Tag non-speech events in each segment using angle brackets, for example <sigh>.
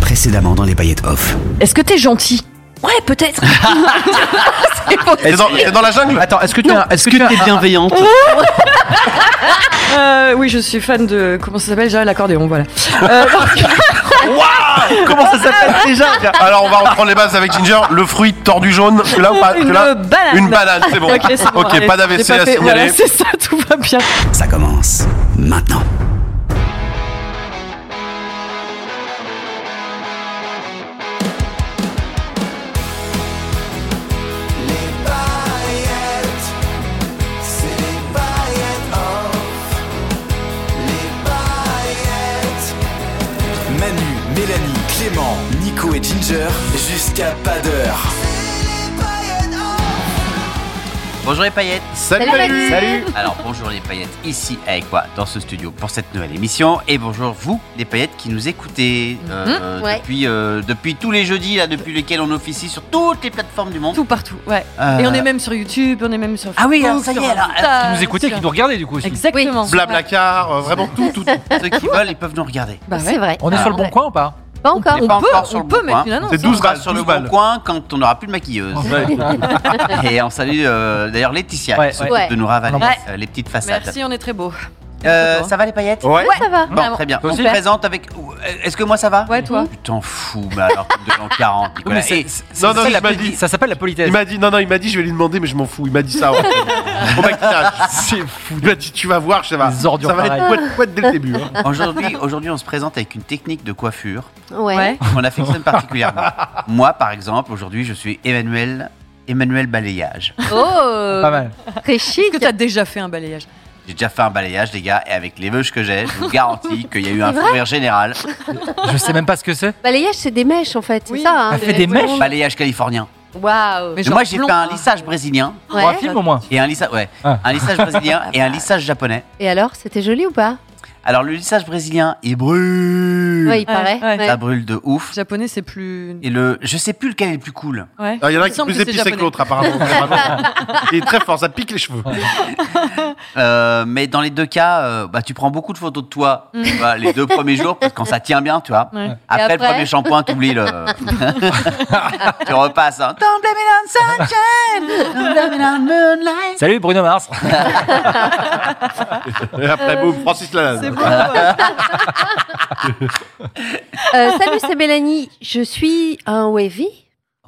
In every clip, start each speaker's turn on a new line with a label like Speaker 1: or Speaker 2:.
Speaker 1: Précédemment dans les paillettes off.
Speaker 2: Est-ce que t'es gentil Ouais, peut-être. <laughs> C'est possible.
Speaker 3: T'es dans, t'es dans la jungle
Speaker 4: Attends, est-ce que tu as, est-ce que tu as-
Speaker 1: bienveillante
Speaker 2: Euh, oui, je suis fan de comment ça s'appelle déjà l'accordéon, voilà. Euh,
Speaker 3: Waouh
Speaker 4: Comment ça s'appelle déjà <laughs>
Speaker 2: Ah.
Speaker 3: Alors on va reprendre les bases avec Ginger. Le fruit tordu jaune. Là ou pas
Speaker 2: Une
Speaker 3: que là
Speaker 2: banane.
Speaker 3: Une banane, c'est bon.
Speaker 2: <laughs> ok, c'est bon,
Speaker 3: Ok,
Speaker 2: allez,
Speaker 3: pas
Speaker 2: j'ai
Speaker 3: d'AVC à
Speaker 2: fait-
Speaker 3: signaler.
Speaker 2: Voilà, c'est ça, tout va bien.
Speaker 1: Ça commence maintenant.
Speaker 5: Manu, Mélanie, Clément, Nico et Ginger, jusqu'à pas d'heure.
Speaker 6: Bonjour les paillettes
Speaker 3: Salut, salut.
Speaker 6: Alors bonjour les paillettes, ici avec moi dans ce studio pour cette nouvelle émission et bonjour vous les paillettes qui nous écoutez euh,
Speaker 7: Mhm, ouais.
Speaker 6: depuis, euh, depuis tous les jeudis là, depuis lesquels on officie sur toutes les plateformes du monde.
Speaker 2: Tout partout, ouais.
Speaker 6: Euh,
Speaker 2: Et on est même sur YouTube, on est même sur
Speaker 6: Ah oui,
Speaker 2: Facebook,
Speaker 6: alors, ça y est,
Speaker 2: sur
Speaker 6: alors,
Speaker 2: Insta,
Speaker 4: Qui nous écoutait,
Speaker 2: sur-
Speaker 4: qui nous regardait du coup aussi.
Speaker 2: Exactement.
Speaker 3: Blablacar, euh, vraiment tout, tout. tout.
Speaker 6: ceux
Speaker 2: <laughs>
Speaker 6: qui veulent ils peuvent nous regarder.
Speaker 2: Bah
Speaker 7: C'est
Speaker 2: ouais.
Speaker 7: vrai.
Speaker 4: On est sur le bon
Speaker 7: Ouais. Ah,
Speaker 4: coin ou pas
Speaker 7: Pas encore.
Speaker 6: On
Speaker 2: On
Speaker 6: est pas
Speaker 2: peut,
Speaker 6: encore sur
Speaker 2: on
Speaker 6: le
Speaker 2: peut
Speaker 6: bon
Speaker 2: mettre
Speaker 6: coin.
Speaker 2: une annonce.
Speaker 3: C'est
Speaker 2: hein.
Speaker 3: 12
Speaker 6: On va
Speaker 3: balles,
Speaker 6: sur le
Speaker 3: 12
Speaker 6: bon
Speaker 3: balles.
Speaker 6: coin quand on n'aura plus de maquilleuse.
Speaker 7: <laughs>
Speaker 6: Et on salue euh, d'ailleurs Laetitia
Speaker 4: Ouais,
Speaker 6: qui s'occupe
Speaker 7: ouais.
Speaker 6: de nous ravaler
Speaker 2: Ouais.
Speaker 6: euh, les petites façades.
Speaker 2: Merci, on est très beau.
Speaker 6: Euh, ça va les paillettes
Speaker 3: Ouais.
Speaker 7: Ça va.
Speaker 6: Bon,
Speaker 2: Vraiment.
Speaker 6: très bien.
Speaker 4: Toi
Speaker 6: on
Speaker 4: aussi
Speaker 6: se présente avec. euh, Est-ce que moi ça va
Speaker 2: Ouais, toi.
Speaker 6: Putain, fou, mais alors, comme de l'an 40. Nicolas.
Speaker 4: c'est-
Speaker 6: Et-
Speaker 3: Non, non,
Speaker 4: Ça,
Speaker 3: il
Speaker 4: la
Speaker 3: m'a
Speaker 4: poli-
Speaker 3: dit-
Speaker 4: ça s'appelle la politesse.
Speaker 3: Il m'a dit, non, non, il m'a dit, je vais lui demander, mais je m'en fous. Il m'a dit ça. en fait. Au maquillage. C'est fou. Il m'a dit, tu vas voir, ça va.
Speaker 4: Les ordures
Speaker 3: ça va être
Speaker 4: pareilles.
Speaker 3: poète, poète dès le début. hein.
Speaker 6: Aujourd'hui, aujourd'hui, on se présente avec une technique de coiffure
Speaker 7: Ouais.
Speaker 2: Ouais.
Speaker 6: qu'on affectionne particulièrement. Moi, par exemple, aujourd'hui, je suis Emmanuel, Emmanuel Balayage.
Speaker 7: Oh.
Speaker 4: Pas mal.
Speaker 7: Très chic.
Speaker 2: Est-ce que t'as déjà fait un balayage
Speaker 6: J'ai déjà fait un balayage, les gars, et avec les veuches que j'ai, je vous garantis qu'il y a eu un fou vert général.
Speaker 4: Je sais même pas ce que c'est.
Speaker 7: Balayage, c'est des mèches en fait.
Speaker 2: Oui.
Speaker 7: C'est ça. hein.
Speaker 4: Elle fait des mèches
Speaker 6: Balayage californien.
Speaker 7: Waouh.
Speaker 2: Mais
Speaker 6: Mais
Speaker 2: genre
Speaker 6: moi, j'ai
Speaker 2: blond,
Speaker 6: fait un
Speaker 2: hein.
Speaker 6: lissage brésilien
Speaker 7: Ouais.
Speaker 4: Pour un film au moins.
Speaker 6: et un lissage, ouais,
Speaker 4: Ah.
Speaker 6: un lissage brésilien et un lissage japonais.
Speaker 7: Et alors, c'était joli ou pas
Speaker 6: Alors, le lissage brésilien, il brûle.
Speaker 7: Ouais, il
Speaker 2: Ouais,
Speaker 7: paraît.
Speaker 2: ouais.
Speaker 7: ouais.
Speaker 6: Ça brûle de ouf.
Speaker 2: Japonais, c'est plus.
Speaker 6: Et le, je sais plus lequel est le plus cool.
Speaker 2: Ouais.
Speaker 3: Ah, Il y en a
Speaker 2: Il
Speaker 3: un qui est
Speaker 2: semble que
Speaker 3: plus
Speaker 2: c'est
Speaker 3: épicé que
Speaker 2: japonais. <laughs>
Speaker 3: l'autre, apparemment. Il est très fort, ça pique les cheveux.
Speaker 6: Euh, mais dans les deux cas, euh, bah, tu prends beaucoup de photos de toi
Speaker 2: Mm.
Speaker 6: tu vois, les deux premiers jours, parce que quand ça tient bien, tu vois.
Speaker 2: Ouais.
Speaker 6: Après,
Speaker 7: Et
Speaker 6: le
Speaker 7: après
Speaker 6: premier shampoing, t'oublies
Speaker 7: <laughs>
Speaker 6: le. tu repasses. hein. Don't blame it on sunshine, don't blame it on moonlight.
Speaker 4: Salut Bruno Mars.
Speaker 3: Et après, boum, Francis
Speaker 2: C'est
Speaker 3: Lalanne.
Speaker 2: bon. ouais.
Speaker 7: Euh, salut, c'est Mélanie. Je suis un wavy.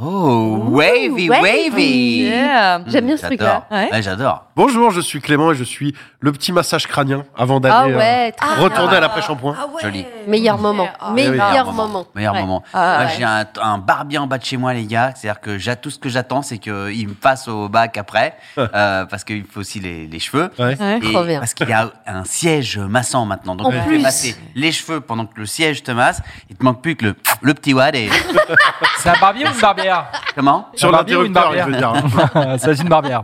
Speaker 6: Oh, wavy,
Speaker 7: wavy.
Speaker 6: wavy. Mm,
Speaker 2: Yeah.
Speaker 7: J'aime bien ce
Speaker 6: J'adore.
Speaker 7: truc-là.
Speaker 2: Ouais.
Speaker 6: Ouais, j'adore.
Speaker 3: Bonjour, je suis Clément et je suis le petit massage crânien avant
Speaker 7: Ah
Speaker 3: d'aller euh,
Speaker 7: ouais. très
Speaker 3: retourner à l'après-shampoing.
Speaker 6: Joli.
Speaker 7: Meilleur moment.
Speaker 6: Meilleur
Speaker 7: Meilleur
Speaker 6: moment.
Speaker 7: moment.
Speaker 6: Meilleur
Speaker 7: Ouais.
Speaker 6: moment.
Speaker 2: Ah,
Speaker 6: Moi,
Speaker 7: ouais.
Speaker 6: j'ai un, un barbier en bas de chez moi, les gars. C'est-à-dire que j'a- tout ce que j'attends, c'est qu'il me passe au bac après, euh, parce qu'il faut aussi les, les cheveux.
Speaker 3: Ouais.
Speaker 2: Ouais.
Speaker 6: Et
Speaker 7: Trop bien.
Speaker 6: parce qu'il y a un siège massant maintenant. Donc,
Speaker 7: En
Speaker 6: tu te
Speaker 7: plus.
Speaker 6: fais masser les cheveux pendant que le siège te masse. Il te manque plus que le, le petit wad et. <laughs>
Speaker 4: C'est un barbier ou une barbière
Speaker 6: Comment
Speaker 3: Sur
Speaker 4: Un barbier ah, ou une
Speaker 3: l'interrupteur, il
Speaker 4: barbière
Speaker 3: veut dire.
Speaker 4: <laughs>
Speaker 3: hein.
Speaker 4: Ça, c'est une barbière.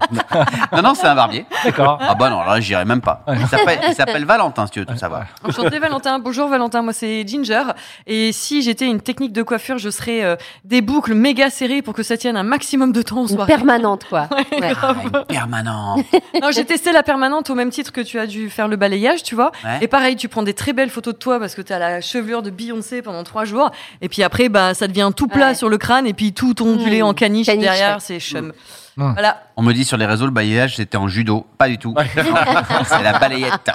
Speaker 6: Non, non, c'est un barbier.
Speaker 4: D'accord.
Speaker 6: Ah, bah non, là, j'irai même pas. Il s'appelle- il s'appelle Valentin, si tu veux tout savoir.
Speaker 7: <laughs>
Speaker 2: Enchanté Valentin, bonjour Valentin, moi c'est Ginger. Et si j'étais une technique de coiffure, je serais euh, des boucles méga serrées pour que ça tienne un maximum de temps en
Speaker 7: Une
Speaker 2: soirée.
Speaker 7: permanente, quoi. Ouais.
Speaker 6: Ah, une permanente.
Speaker 2: Non, j'ai testé la permanente au même titre que tu as dû faire le balayage, tu vois.
Speaker 6: Ouais.
Speaker 2: Et pareil, tu prends des très belles photos de toi parce que tu as la chevelure de Beyoncé pendant trois jours. Et puis après, bah, ça devient tout plat
Speaker 7: Ouais.
Speaker 2: sur le crâne et puis tout ondulé
Speaker 7: Mmh.
Speaker 2: en caniche,
Speaker 7: Caniche,
Speaker 2: derrière,
Speaker 7: ouais.
Speaker 2: c'est chum.
Speaker 4: Mmh.
Speaker 2: Voilà.
Speaker 6: On me dit sur les réseaux, le balayage, c'était en judo. Pas du tout. <laughs> C'est la balayette.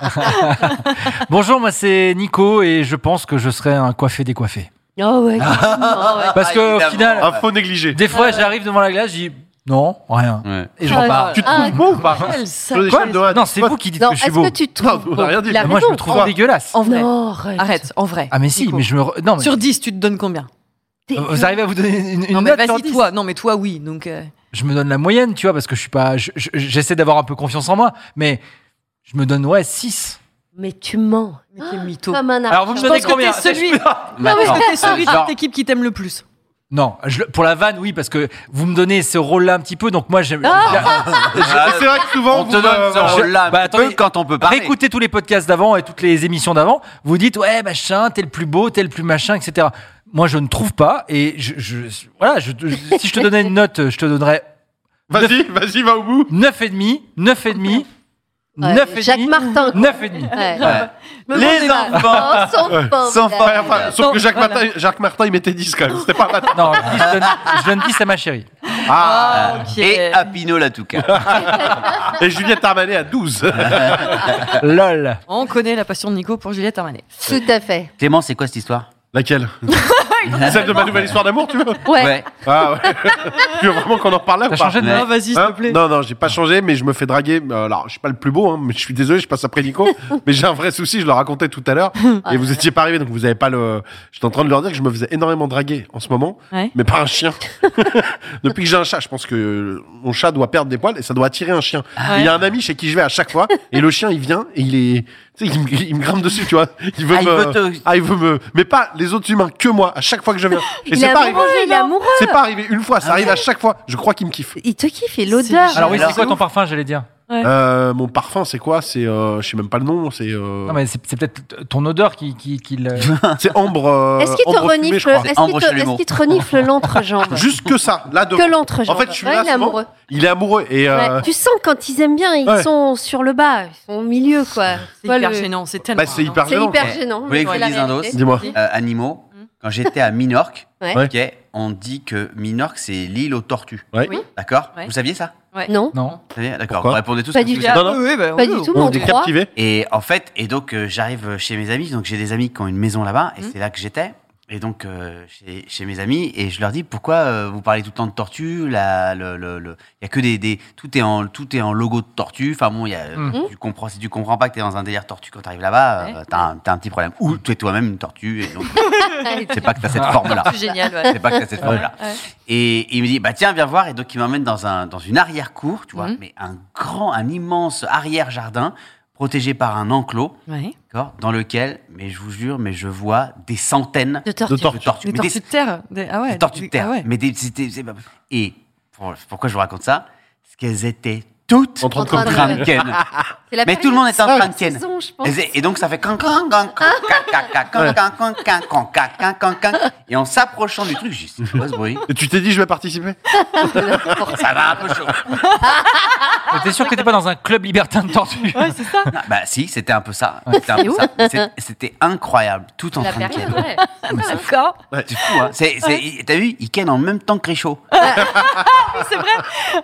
Speaker 4: Bonjour, moi c'est Nico et je pense que je serai un coiffé décoiffé.
Speaker 7: Oh ouais.
Speaker 3: Ah,
Speaker 4: Parce que, au
Speaker 6: évidemment.
Speaker 4: final,
Speaker 3: Un faux
Speaker 4: <laughs>
Speaker 3: négligé.
Speaker 4: Des fois, j'arrive devant la glace, je dis non, rien.
Speaker 6: Ouais.
Speaker 4: Et je
Speaker 2: Ah,
Speaker 4: repars.
Speaker 3: Tu te trouves beau ou pas
Speaker 2: Elle, ça-
Speaker 3: José
Speaker 4: Quoi
Speaker 3: Charles
Speaker 4: Non, c'est
Speaker 3: Doha,
Speaker 4: vous qui dites
Speaker 7: Non,
Speaker 4: que je suis
Speaker 7: est-ce
Speaker 4: beau.
Speaker 7: que tu te
Speaker 3: Non,
Speaker 7: trouves
Speaker 3: on
Speaker 7: beau
Speaker 3: n'a rien dit.
Speaker 7: Il a
Speaker 4: Moi, je
Speaker 7: raison.
Speaker 4: me trouve dégueulasse.
Speaker 2: En vrai.
Speaker 7: Non, arrête.
Speaker 2: Arrête, en vrai.
Speaker 4: Ah, mais si,
Speaker 2: Nico.
Speaker 4: mais je me. re- Non, mais...
Speaker 2: Sur 10, tu te donnes combien
Speaker 4: Euh, Vous arrivez à vous donner une, une
Speaker 2: Non, mais
Speaker 4: note sur
Speaker 2: vas-y,
Speaker 4: 10?
Speaker 2: toi. Non, mais toi, oui. Donc, euh,
Speaker 4: Je me donne la moyenne, tu vois, parce que je suis pas. je- je- J'essaie d'avoir un peu confiance en moi, mais je me donne, ouais, 6.
Speaker 7: Mais tu mens. Ah,
Speaker 2: Mais quel mytho.
Speaker 7: Comme un
Speaker 4: Alors vous
Speaker 7: archange.
Speaker 4: me
Speaker 2: Je
Speaker 4: donnez
Speaker 2: pense que
Speaker 4: combien
Speaker 2: t'es celui- Non, mais
Speaker 6: Maintenant,
Speaker 2: t'es celui de
Speaker 6: genre-
Speaker 2: cette équipe qui t'aime le plus.
Speaker 4: Non, je le- pour la vanne, oui, parce que vous me donnez ce rôle-là un petit peu, donc moi j'aime.
Speaker 7: Ah
Speaker 3: Et C'est vrai que souvent,
Speaker 6: Ah, on te
Speaker 3: vous, euh,
Speaker 6: donne ce
Speaker 3: voilà.
Speaker 6: rôle-là un
Speaker 4: Bah,
Speaker 6: petit peu
Speaker 4: attendez.
Speaker 6: quand on peut parler.
Speaker 4: Réécoutez tous les podcasts d'avant et toutes les émissions d'avant. Vous dites ouais machin, t'es le plus beau, t'es le plus machin, etc. Moi je ne trouve pas et je, je- voilà. je- je- si je te donnais une note, je te donnerais
Speaker 3: Vas-y, vas-y, va au bout.
Speaker 4: 9,5, et demi, 9 et demi,
Speaker 7: Ouais,
Speaker 4: 9 et
Speaker 7: Jacques
Speaker 4: demi,
Speaker 7: Martin, quoi.
Speaker 4: 9 et demi.
Speaker 7: Ouais.
Speaker 6: Ouais.
Speaker 2: Me demandez
Speaker 6: Les
Speaker 2: pas.
Speaker 6: enfants
Speaker 7: Oh, sans fin,
Speaker 6: Sans
Speaker 7: madame.
Speaker 3: Ouais, enfin, sauf
Speaker 2: Bon,
Speaker 3: que Jacques,
Speaker 2: voilà.
Speaker 3: Martin, Jacques Martin, il mettait 10 quand même. C'était pas mal.
Speaker 4: Non, dix, je donne, je donne 10 à ma chérie.
Speaker 2: Ah, ok.
Speaker 6: et Apino la touca.
Speaker 3: Et Juliette Armanet à 12.
Speaker 4: Lol.
Speaker 2: On connaît la passion de Nico pour Juliette Armanet.
Speaker 7: Tout à fait.
Speaker 6: <laughs> Clément, c'est quoi cette histoire
Speaker 3: Laquelle Celle de ma nouvelle histoire d'amour, tu veux
Speaker 7: Ouais.
Speaker 3: Ah ouais. <laughs> tu veux vraiment qu'on en parle là ou
Speaker 4: T'as
Speaker 3: pas
Speaker 4: changé de
Speaker 6: Ouais.
Speaker 2: Ah, vas-y, s'il
Speaker 3: Hein
Speaker 2: te plaît.
Speaker 3: non, non, j'ai pas changé, mais je me fais draguer. Euh, Alors, je suis pas le plus beau, hein, mais je suis désolé, je passe après Nico. mais j'ai un vrai souci, je le racontais tout à l'heure. et vous étiez pas arrivé, donc vous avez pas le. J'étais en train de leur dire que je me faisais énormément draguer en ce moment,
Speaker 2: Ouais.
Speaker 3: mais pas un chien. <laughs> Depuis que j'ai un chat, je pense que mon chat doit perdre des poils et ça doit attirer un chien.
Speaker 7: Ah
Speaker 3: Et Il y a un ami chez qui je vais à chaque fois, et le chien, il vient et il est. Tu sais, il, me- il me grimpe dessus, tu vois. Il veut
Speaker 6: Ah, il
Speaker 3: me.
Speaker 6: veut te-
Speaker 3: Ah, il veut me. Mais pas les autres humains, que moi, à chaque fois que je
Speaker 7: <laughs>
Speaker 3: viens. Et
Speaker 7: Il est
Speaker 3: c'est pas arrivé.
Speaker 7: amoureux, il est amoureux.
Speaker 3: C'est pas arrivé une fois, ça arrive à chaque fois. Je crois qu'il me kiffe.
Speaker 7: Il te kiffe, et l'odeur.
Speaker 4: Alors oui,
Speaker 6: Alors,
Speaker 4: c'est quoi
Speaker 6: c'est
Speaker 4: ton parfum, j'allais dire
Speaker 3: Euh, mon parfum, c'est quoi C'est, euh, je sais même pas le nom. C'est, euh,
Speaker 4: Non mais c'est c'est peut-être ton odeur qui qui, qui
Speaker 3: <laughs>
Speaker 4: le-
Speaker 3: c'est ambre. euh,
Speaker 7: Est-ce qu'il te
Speaker 3: ambre fumé,
Speaker 7: renifle,
Speaker 3: je crois.
Speaker 7: est-ce qu'il
Speaker 6: Ambre
Speaker 7: te,
Speaker 6: chez l'humour.
Speaker 7: est-ce qu'il
Speaker 3: <laughs>
Speaker 7: te renifle l'entrejambe
Speaker 3: Juste que ça, là de.
Speaker 7: Que l'entrejambe.
Speaker 3: En fait, je suis
Speaker 7: Ouais,
Speaker 3: là
Speaker 7: il est
Speaker 3: souvent.
Speaker 7: amoureux.
Speaker 3: Il est amoureux et euh,
Speaker 7: Ouais, Tu sens quand ils aiment bien, ils
Speaker 3: Ouais.
Speaker 7: sont sur le bas, ils sont au milieu, quoi.
Speaker 2: C'est
Speaker 7: Toi,
Speaker 2: hyper
Speaker 7: le-
Speaker 2: gênant, c'est tellement.
Speaker 3: bah, c'est
Speaker 2: gênant.
Speaker 3: hyper
Speaker 7: C'est
Speaker 3: gênant.
Speaker 7: hyper
Speaker 6: Eh,
Speaker 7: gênant.
Speaker 6: vous
Speaker 7: mais
Speaker 6: voulez que
Speaker 7: c'est
Speaker 6: je
Speaker 7: la
Speaker 6: vous dise un dos
Speaker 7: réalité.
Speaker 3: Dis-moi.
Speaker 6: Euh, animaux, quand j'étais à Minorque,
Speaker 7: Mm. Ouais.
Speaker 3: Ouais.
Speaker 6: ok, on dit que Minorque, c'est l'île aux tortues.
Speaker 3: Ouais.
Speaker 2: Oui.
Speaker 6: D'accord
Speaker 2: Ouais.
Speaker 6: Vous saviez ça
Speaker 7: Non,
Speaker 4: Non.
Speaker 6: Vous saviez D'accord,
Speaker 3: Pourquoi
Speaker 6: vous répondez tous
Speaker 7: Pas
Speaker 6: comme
Speaker 7: du
Speaker 6: si vous
Speaker 7: tout.
Speaker 6: étiez-
Speaker 3: Non, non.
Speaker 2: Oui, bah,
Speaker 7: pas
Speaker 2: oui,
Speaker 7: du
Speaker 2: oui.
Speaker 7: tout, mais
Speaker 3: On
Speaker 7: on
Speaker 3: est
Speaker 7: te croit.
Speaker 3: captivé.
Speaker 6: Et en fait, et donc euh, j'arrive chez mes amis, donc j'ai des amis qui ont une maison là-bas, et c'est là que j'étais. Et donc euh, chez, chez mes amis, et je leur dis pourquoi euh, vous parlez tout le temps de tortue, la, le, le, le- il y a que des, des tout est en tout est en logo de tortue. Enfin bon, il y a,
Speaker 4: Mhm.
Speaker 6: tu comprends si tu comprends pas que t'es dans un délire tortue quand t'arrives là-bas, euh,
Speaker 2: Ouais.
Speaker 6: t'as un, t'as un petit problème. Ou tu es toi-même une tortue, et donc c'est
Speaker 7: Ouais.
Speaker 6: pas que t'as cette forme là.
Speaker 2: C'est
Speaker 6: <laughs>
Speaker 2: génial, ouais.
Speaker 6: C'est pas que t'as cette forme-là.
Speaker 2: Ouais.
Speaker 6: Et il me dit, bah tiens, viens voir. Et donc, il m'emmène dans, un, dans une arrière-cour, tu vois,
Speaker 2: Mhm.
Speaker 6: mais un grand, un immense arrière-jardin protégé par un enclos,
Speaker 2: Ouais.
Speaker 6: d'accord, dans lequel, mais je vous jure, mais je vois des centaines
Speaker 3: De
Speaker 7: De tortue.
Speaker 3: tortue.
Speaker 6: tortues.
Speaker 2: Des
Speaker 6: mais des-
Speaker 2: tortues de terre. Des, ah ouais.
Speaker 6: des tortues de terre.
Speaker 2: Ah ouais.
Speaker 6: Mais des, c'était- c'est pas- Et pour- pourquoi je vous raconte ça Parce qu'elles étaient toutes
Speaker 3: En train de
Speaker 7: En train de-
Speaker 6: train de ken.
Speaker 7: C'est la
Speaker 6: Mais tout le
Speaker 7: période
Speaker 6: monde est en
Speaker 7: de
Speaker 6: train de
Speaker 7: la
Speaker 6: ken.
Speaker 7: saison, je pense.
Speaker 6: Et, c'est- et donc ça fait can can can can can can can can can can can can can can et en s'approchant du truc, je dis c'est quoi ce bruit
Speaker 3: Et tu t'es dit, je vais
Speaker 7: <laughs>
Speaker 3: participer
Speaker 6: Ça va un peu chaud.
Speaker 2: Ah,
Speaker 4: T'es sûr que t'étais pas dans un club libertin de tortues
Speaker 2: Ouais, c'est ça.
Speaker 6: Ah, Bah si, c'était un peu ça. C'était un peu ça. C'est- C'était incroyable, tout en
Speaker 7: La
Speaker 6: train de
Speaker 7: période,
Speaker 6: ken.
Speaker 7: ouais.
Speaker 2: D'accord.
Speaker 6: C'est fou, hein. C'est- c'est- T'as vu, il ken en même temps que Réchaud.
Speaker 2: Oui, c'est vrai.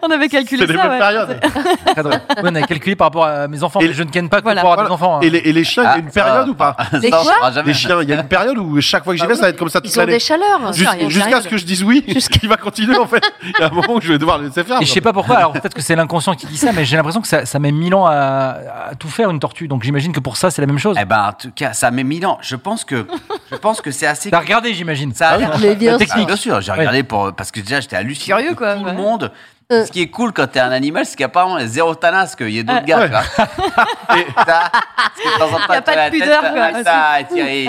Speaker 2: On avait calculé
Speaker 3: C'est les
Speaker 2: ça.
Speaker 3: mêmes
Speaker 2: ouais.
Speaker 3: périodes.
Speaker 4: Très drôle. Oui, on a calculé par rapport à mes enfants.
Speaker 3: Et-
Speaker 4: mais je ne ken pas que
Speaker 2: Voilà.
Speaker 4: pour avoir
Speaker 3: Voilà.
Speaker 4: des enfants. hein.
Speaker 3: Et les, et les chiens, il y a
Speaker 6: Ah,
Speaker 3: une
Speaker 6: ça
Speaker 3: période
Speaker 6: va.
Speaker 3: ou pas
Speaker 7: Des
Speaker 6: Non, je
Speaker 7: quoi
Speaker 6: ferai jamais.
Speaker 3: Les chiens, il y a une période où chaque fois que j'y vais, ça va être comme ça toute
Speaker 7: Ah Ils ont
Speaker 3: l'année.
Speaker 7: des chaleurs. hein,
Speaker 3: Jus-
Speaker 2: Bien sûr, il y a une
Speaker 3: Jusqu'à ce
Speaker 2: période.
Speaker 3: que je dise
Speaker 7: <laughs>
Speaker 3: oui, il va continuer en fait. Il y a un moment où je vais devoir le laisser faire.
Speaker 4: Et je sais pas pourquoi, alors peut-être que c'est l'inconscient qui dit ça, mais j'ai l'impression que ça, ça met mille ans à, à tout faire une tortue. Donc j'imagine que pour ça, c'est la même
Speaker 3: Ah,
Speaker 4: chose.
Speaker 6: Eh ben, en tout cas, ça met mille ans. Je pense que, je pense que c'est assez.
Speaker 4: T'as regardé, j'imagine.
Speaker 6: Ça a l'air-
Speaker 7: Mais bien
Speaker 6: Ah,
Speaker 4: technique.
Speaker 6: bien sûr, j'ai regardé pour parce que déjà j'étais halluciné.
Speaker 2: Curieux,
Speaker 6: de
Speaker 2: quoi,
Speaker 6: Tout
Speaker 2: ouais.
Speaker 6: le monde.
Speaker 7: Euh.
Speaker 6: Ce qui est cool quand t'es un animal, c'est qu'apparemment il y a zéro tanasse, qu'il y a d'autres gars.
Speaker 3: Ouais.
Speaker 6: tu vois. <laughs> Et t'as- parce que de temps en temps,
Speaker 2: Ah. Y a pas
Speaker 6: t'as
Speaker 2: de
Speaker 6: la
Speaker 2: pudeur,
Speaker 6: tête
Speaker 2: quoi.
Speaker 6: comme ça, Thierry.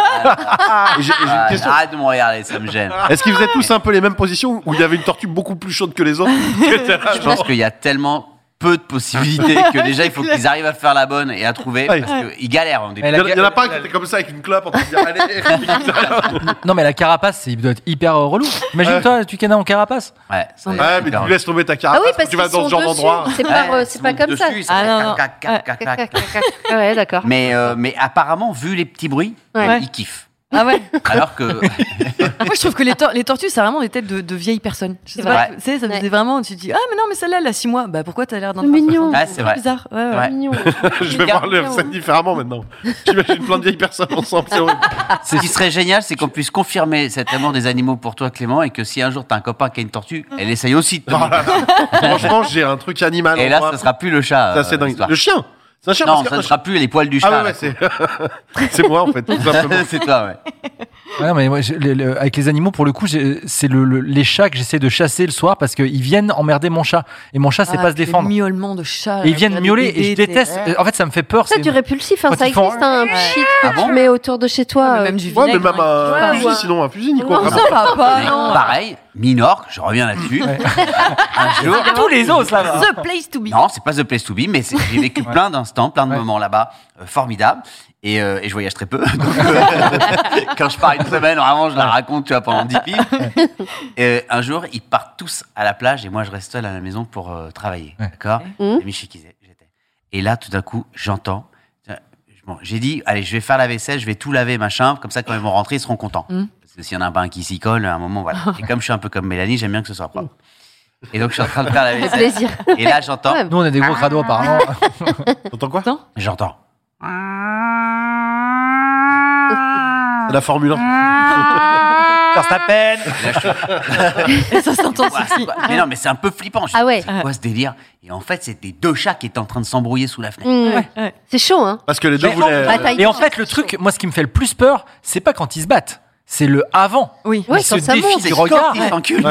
Speaker 6: Ah,
Speaker 3: Et j'ai- et j'ai une
Speaker 6: ah,
Speaker 3: question.
Speaker 6: Arrête de me regarder, ça me gêne.
Speaker 3: Est-ce qu'ils faisaient tous un peu les mêmes positions où il y avait une tortue beaucoup plus chaude que les autres
Speaker 6: Je pense qu'il y a tellement peu de possibilités que déjà il faut qu'ils arrivent à faire la bonne et à trouver
Speaker 3: Ouais.
Speaker 6: parce qu'ils galèrent. On
Speaker 4: Mais
Speaker 3: Il y,
Speaker 4: la-
Speaker 3: en a- il Eh, y en a pas un qui était comme ça avec une clope en train de dire
Speaker 6: <laughs>
Speaker 3: allez. <laughs>
Speaker 4: Non, mais la carapace, c'est- il doit être hyper euh, relou. Imagine, toi, tu cannes en carapace.
Speaker 6: Ouais, c'est-
Speaker 3: Ouais, mais tu laisses tomber ta
Speaker 7: Ah
Speaker 3: carapace
Speaker 7: oui,
Speaker 3: quand
Speaker 7: parce
Speaker 3: tu
Speaker 7: qu'ils
Speaker 3: vas dans
Speaker 7: sont
Speaker 3: ce genre
Speaker 7: dessus.
Speaker 3: d'endroit.
Speaker 7: C'est pas,
Speaker 6: Ouais,
Speaker 7: euh, c'est pas
Speaker 6: tout le
Speaker 7: comme
Speaker 6: monde
Speaker 7: ça.
Speaker 6: dessus,
Speaker 2: Ah,
Speaker 6: fait
Speaker 2: non, non.
Speaker 6: cac, cac, cac, cac, cac.
Speaker 7: Ouais, d'accord.
Speaker 6: Mais, euh, mais apparemment, vu les petits bruits,
Speaker 7: Ouais.
Speaker 6: ils kiffent.
Speaker 2: Ah ouais.
Speaker 6: Alors que.
Speaker 2: Moi, je trouve que les, tor- les tortues, c'est vraiment des têtes de, de vieilles personnes. Je sais
Speaker 7: C'est
Speaker 2: pas,
Speaker 6: vrai.
Speaker 2: tu sais, ça me
Speaker 7: Ouais.
Speaker 2: faisait vraiment. Tu te dis, ah, mais non, mais celle-là, elle a 6 mois. Bah, pourquoi t'as l'air d'un.
Speaker 7: C'est mignon.
Speaker 6: ah, c'est
Speaker 2: C'est
Speaker 6: vrai.
Speaker 2: bizarre. Ouais, ouais.
Speaker 6: Ouais.
Speaker 7: Mignon.
Speaker 3: <laughs> Je vais voir le scène différemment maintenant. J'imagine plein de vieilles personnes ensemble,
Speaker 6: <laughs>
Speaker 3: c'est horrible.
Speaker 6: Ce qui serait génial, c'est qu'on puisse confirmer cet amour des animaux pour toi, Clément, et que si un jour t'as un copain qui a une tortue, elle essaye aussi de
Speaker 3: <laughs>
Speaker 6: te
Speaker 3: Oh là là. Franchement, j'ai un truc animal.
Speaker 6: Et
Speaker 3: en
Speaker 6: là,
Speaker 3: moi.
Speaker 6: ça sera plus le chat.
Speaker 3: Ça,
Speaker 6: euh,
Speaker 3: c'est dingue.
Speaker 6: l'histoire.
Speaker 3: Le chien C'est un chien
Speaker 6: Non,
Speaker 3: parce que-
Speaker 6: ça ne sera plus les poils du chat.
Speaker 3: Ah ouais,
Speaker 6: là.
Speaker 3: <laughs>
Speaker 6: <laughs>
Speaker 3: ouais, c'est. c'est moi en fait, tout simplement.
Speaker 6: c'est toi, ouais.
Speaker 4: Ah non, mais moi, je- le- le- avec les animaux, pour le coup, j'ai- c'est le, le- les chats que j'essaie de chasser le soir parce qu'ils viennent emmerder mon chat. Et mon chat, c'est
Speaker 2: Ah,
Speaker 4: pas se
Speaker 2: puis les
Speaker 4: défendre.
Speaker 2: miaulements de chat.
Speaker 4: Et ils viennent miauler et je déteste. En fait, ça me fait peur.
Speaker 7: Ça,
Speaker 4: c'est-
Speaker 7: du répulsif, hein,
Speaker 4: Quand
Speaker 7: ça
Speaker 4: ils font-
Speaker 7: existe, un shit que
Speaker 6: Ah bon
Speaker 7: tu mets autour de chez toi. euh,
Speaker 2: Même du
Speaker 3: Ouais, mais
Speaker 2: vinaigre.
Speaker 3: même
Speaker 2: hein.
Speaker 3: un
Speaker 2: Ouais,
Speaker 3: fusil,
Speaker 2: ouais.
Speaker 3: sinon un fusil, Nico.
Speaker 2: Non,
Speaker 3: vraiment.
Speaker 2: ça va pas,
Speaker 6: Mais
Speaker 2: non.
Speaker 6: Pareil, Minorque, je reviens là-dessus. <laughs> Un jour.
Speaker 4: Tous les os, là.
Speaker 2: Ah, The place to be.
Speaker 6: Non, c'est pas The Place to Be, mais c'est- j'ai
Speaker 4: <laughs>
Speaker 6: vécu plein d'instants, plein de
Speaker 4: Ouais.
Speaker 6: moments là-bas, euh, formidables. Et, euh, et je voyage très peu. <laughs> Donc, euh, quand je pars une semaine, vraiment, je la raconte, tu vois, pendant 10
Speaker 4: <laughs>
Speaker 6: piges. Et, euh, un jour, ils partent tous à la plage et moi, je reste seul à la maison pour euh, travailler.
Speaker 4: Ouais. Mmh.
Speaker 6: D'accord
Speaker 7: Mhm.
Speaker 6: J'ai mis chez qui j'étais. Et là, tout d'un coup, j'entends. tiens, bon, j'ai dit, allez, je vais faire la vaisselle, je vais tout laver, machin. Comme ça, quand ils vont rentrer, ils seront contents.
Speaker 4: Mmh.
Speaker 2: Mhm.
Speaker 6: Parce que s'il y en a pas un qui s'y colle, à un moment,
Speaker 4: <laughs>
Speaker 6: voilà. Et comme je suis un peu comme Mélanie, j'aime bien que ce soit propre.
Speaker 4: Mmh.
Speaker 6: Et donc, je suis en train de faire
Speaker 4: <laughs>
Speaker 6: la
Speaker 7: Avec
Speaker 6: vaisselle.
Speaker 7: plaisir.
Speaker 6: Et là, j'entends.
Speaker 7: Ouais.
Speaker 4: Nous, on a des gros crados apparemment.
Speaker 3: T'entends quoi
Speaker 6: J'entends.
Speaker 3: C'est La Formule 1.
Speaker 6: <laughs>
Speaker 4: Verstappen.
Speaker 2: Et ça s'entend aussi.
Speaker 6: Mais non, mais c'est un peu flippant. Je-
Speaker 7: Ah ouais.
Speaker 6: C'est quoi ce délire Et en fait, c'était deux chats qui étaient en train de s'embrouiller sous la fenêtre.
Speaker 7: Mmh.
Speaker 2: ouais.
Speaker 7: C'est chaud, hein.
Speaker 3: Parce que les deux
Speaker 4: Mais
Speaker 3: voulaient.
Speaker 7: Bataille.
Speaker 4: Et en fait, le truc, moi, ce qui me fait le plus peur, c'est pas quand ils se battent, c'est le avant.
Speaker 2: Oui.
Speaker 7: Ouais,
Speaker 4: Ils se
Speaker 7: quand ça monte.
Speaker 4: défient
Speaker 6: C'est
Speaker 4: du regard.
Speaker 6: quand ils s'enculent.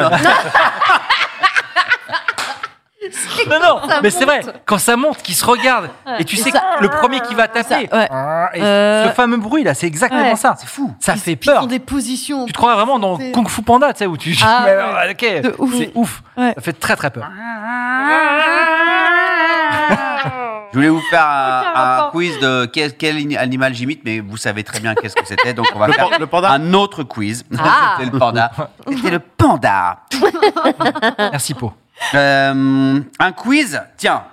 Speaker 4: Non, non,
Speaker 7: Ça
Speaker 4: mais c'est vrai,
Speaker 7: monte.
Speaker 4: quand ça monte, qu'ils se regardent, et tu sais que le premier qui va taper,
Speaker 2: ouais.
Speaker 4: ah, et
Speaker 2: Euh,
Speaker 4: ce fameux bruit là, c'est exactement
Speaker 7: ouais.
Speaker 4: ça.
Speaker 6: C'est fou.
Speaker 4: Ça
Speaker 2: Ils-
Speaker 4: fait
Speaker 2: Ils sont
Speaker 4: peur.
Speaker 2: des positions.
Speaker 4: Tu te crois vraiment dans Kung Fu Panda, tu sais, où tu.
Speaker 2: Ah,
Speaker 4: <laughs> Mais, euh, ok,
Speaker 2: De ouf.
Speaker 4: c'est ouf.
Speaker 2: Ouais.
Speaker 4: Ça fait très très peur.
Speaker 6: Je voulais vous faire un, un quiz de quel, quel animal j'imite, mais vous savez très bien qu'est-ce que c'était, donc on va
Speaker 3: Le
Speaker 6: faire
Speaker 3: pan- le panda
Speaker 6: un autre quiz.
Speaker 7: Ah.
Speaker 6: <laughs> C'était le panda. C'était le panda.
Speaker 4: Merci, Po.
Speaker 6: Euh, un quiz, tiens.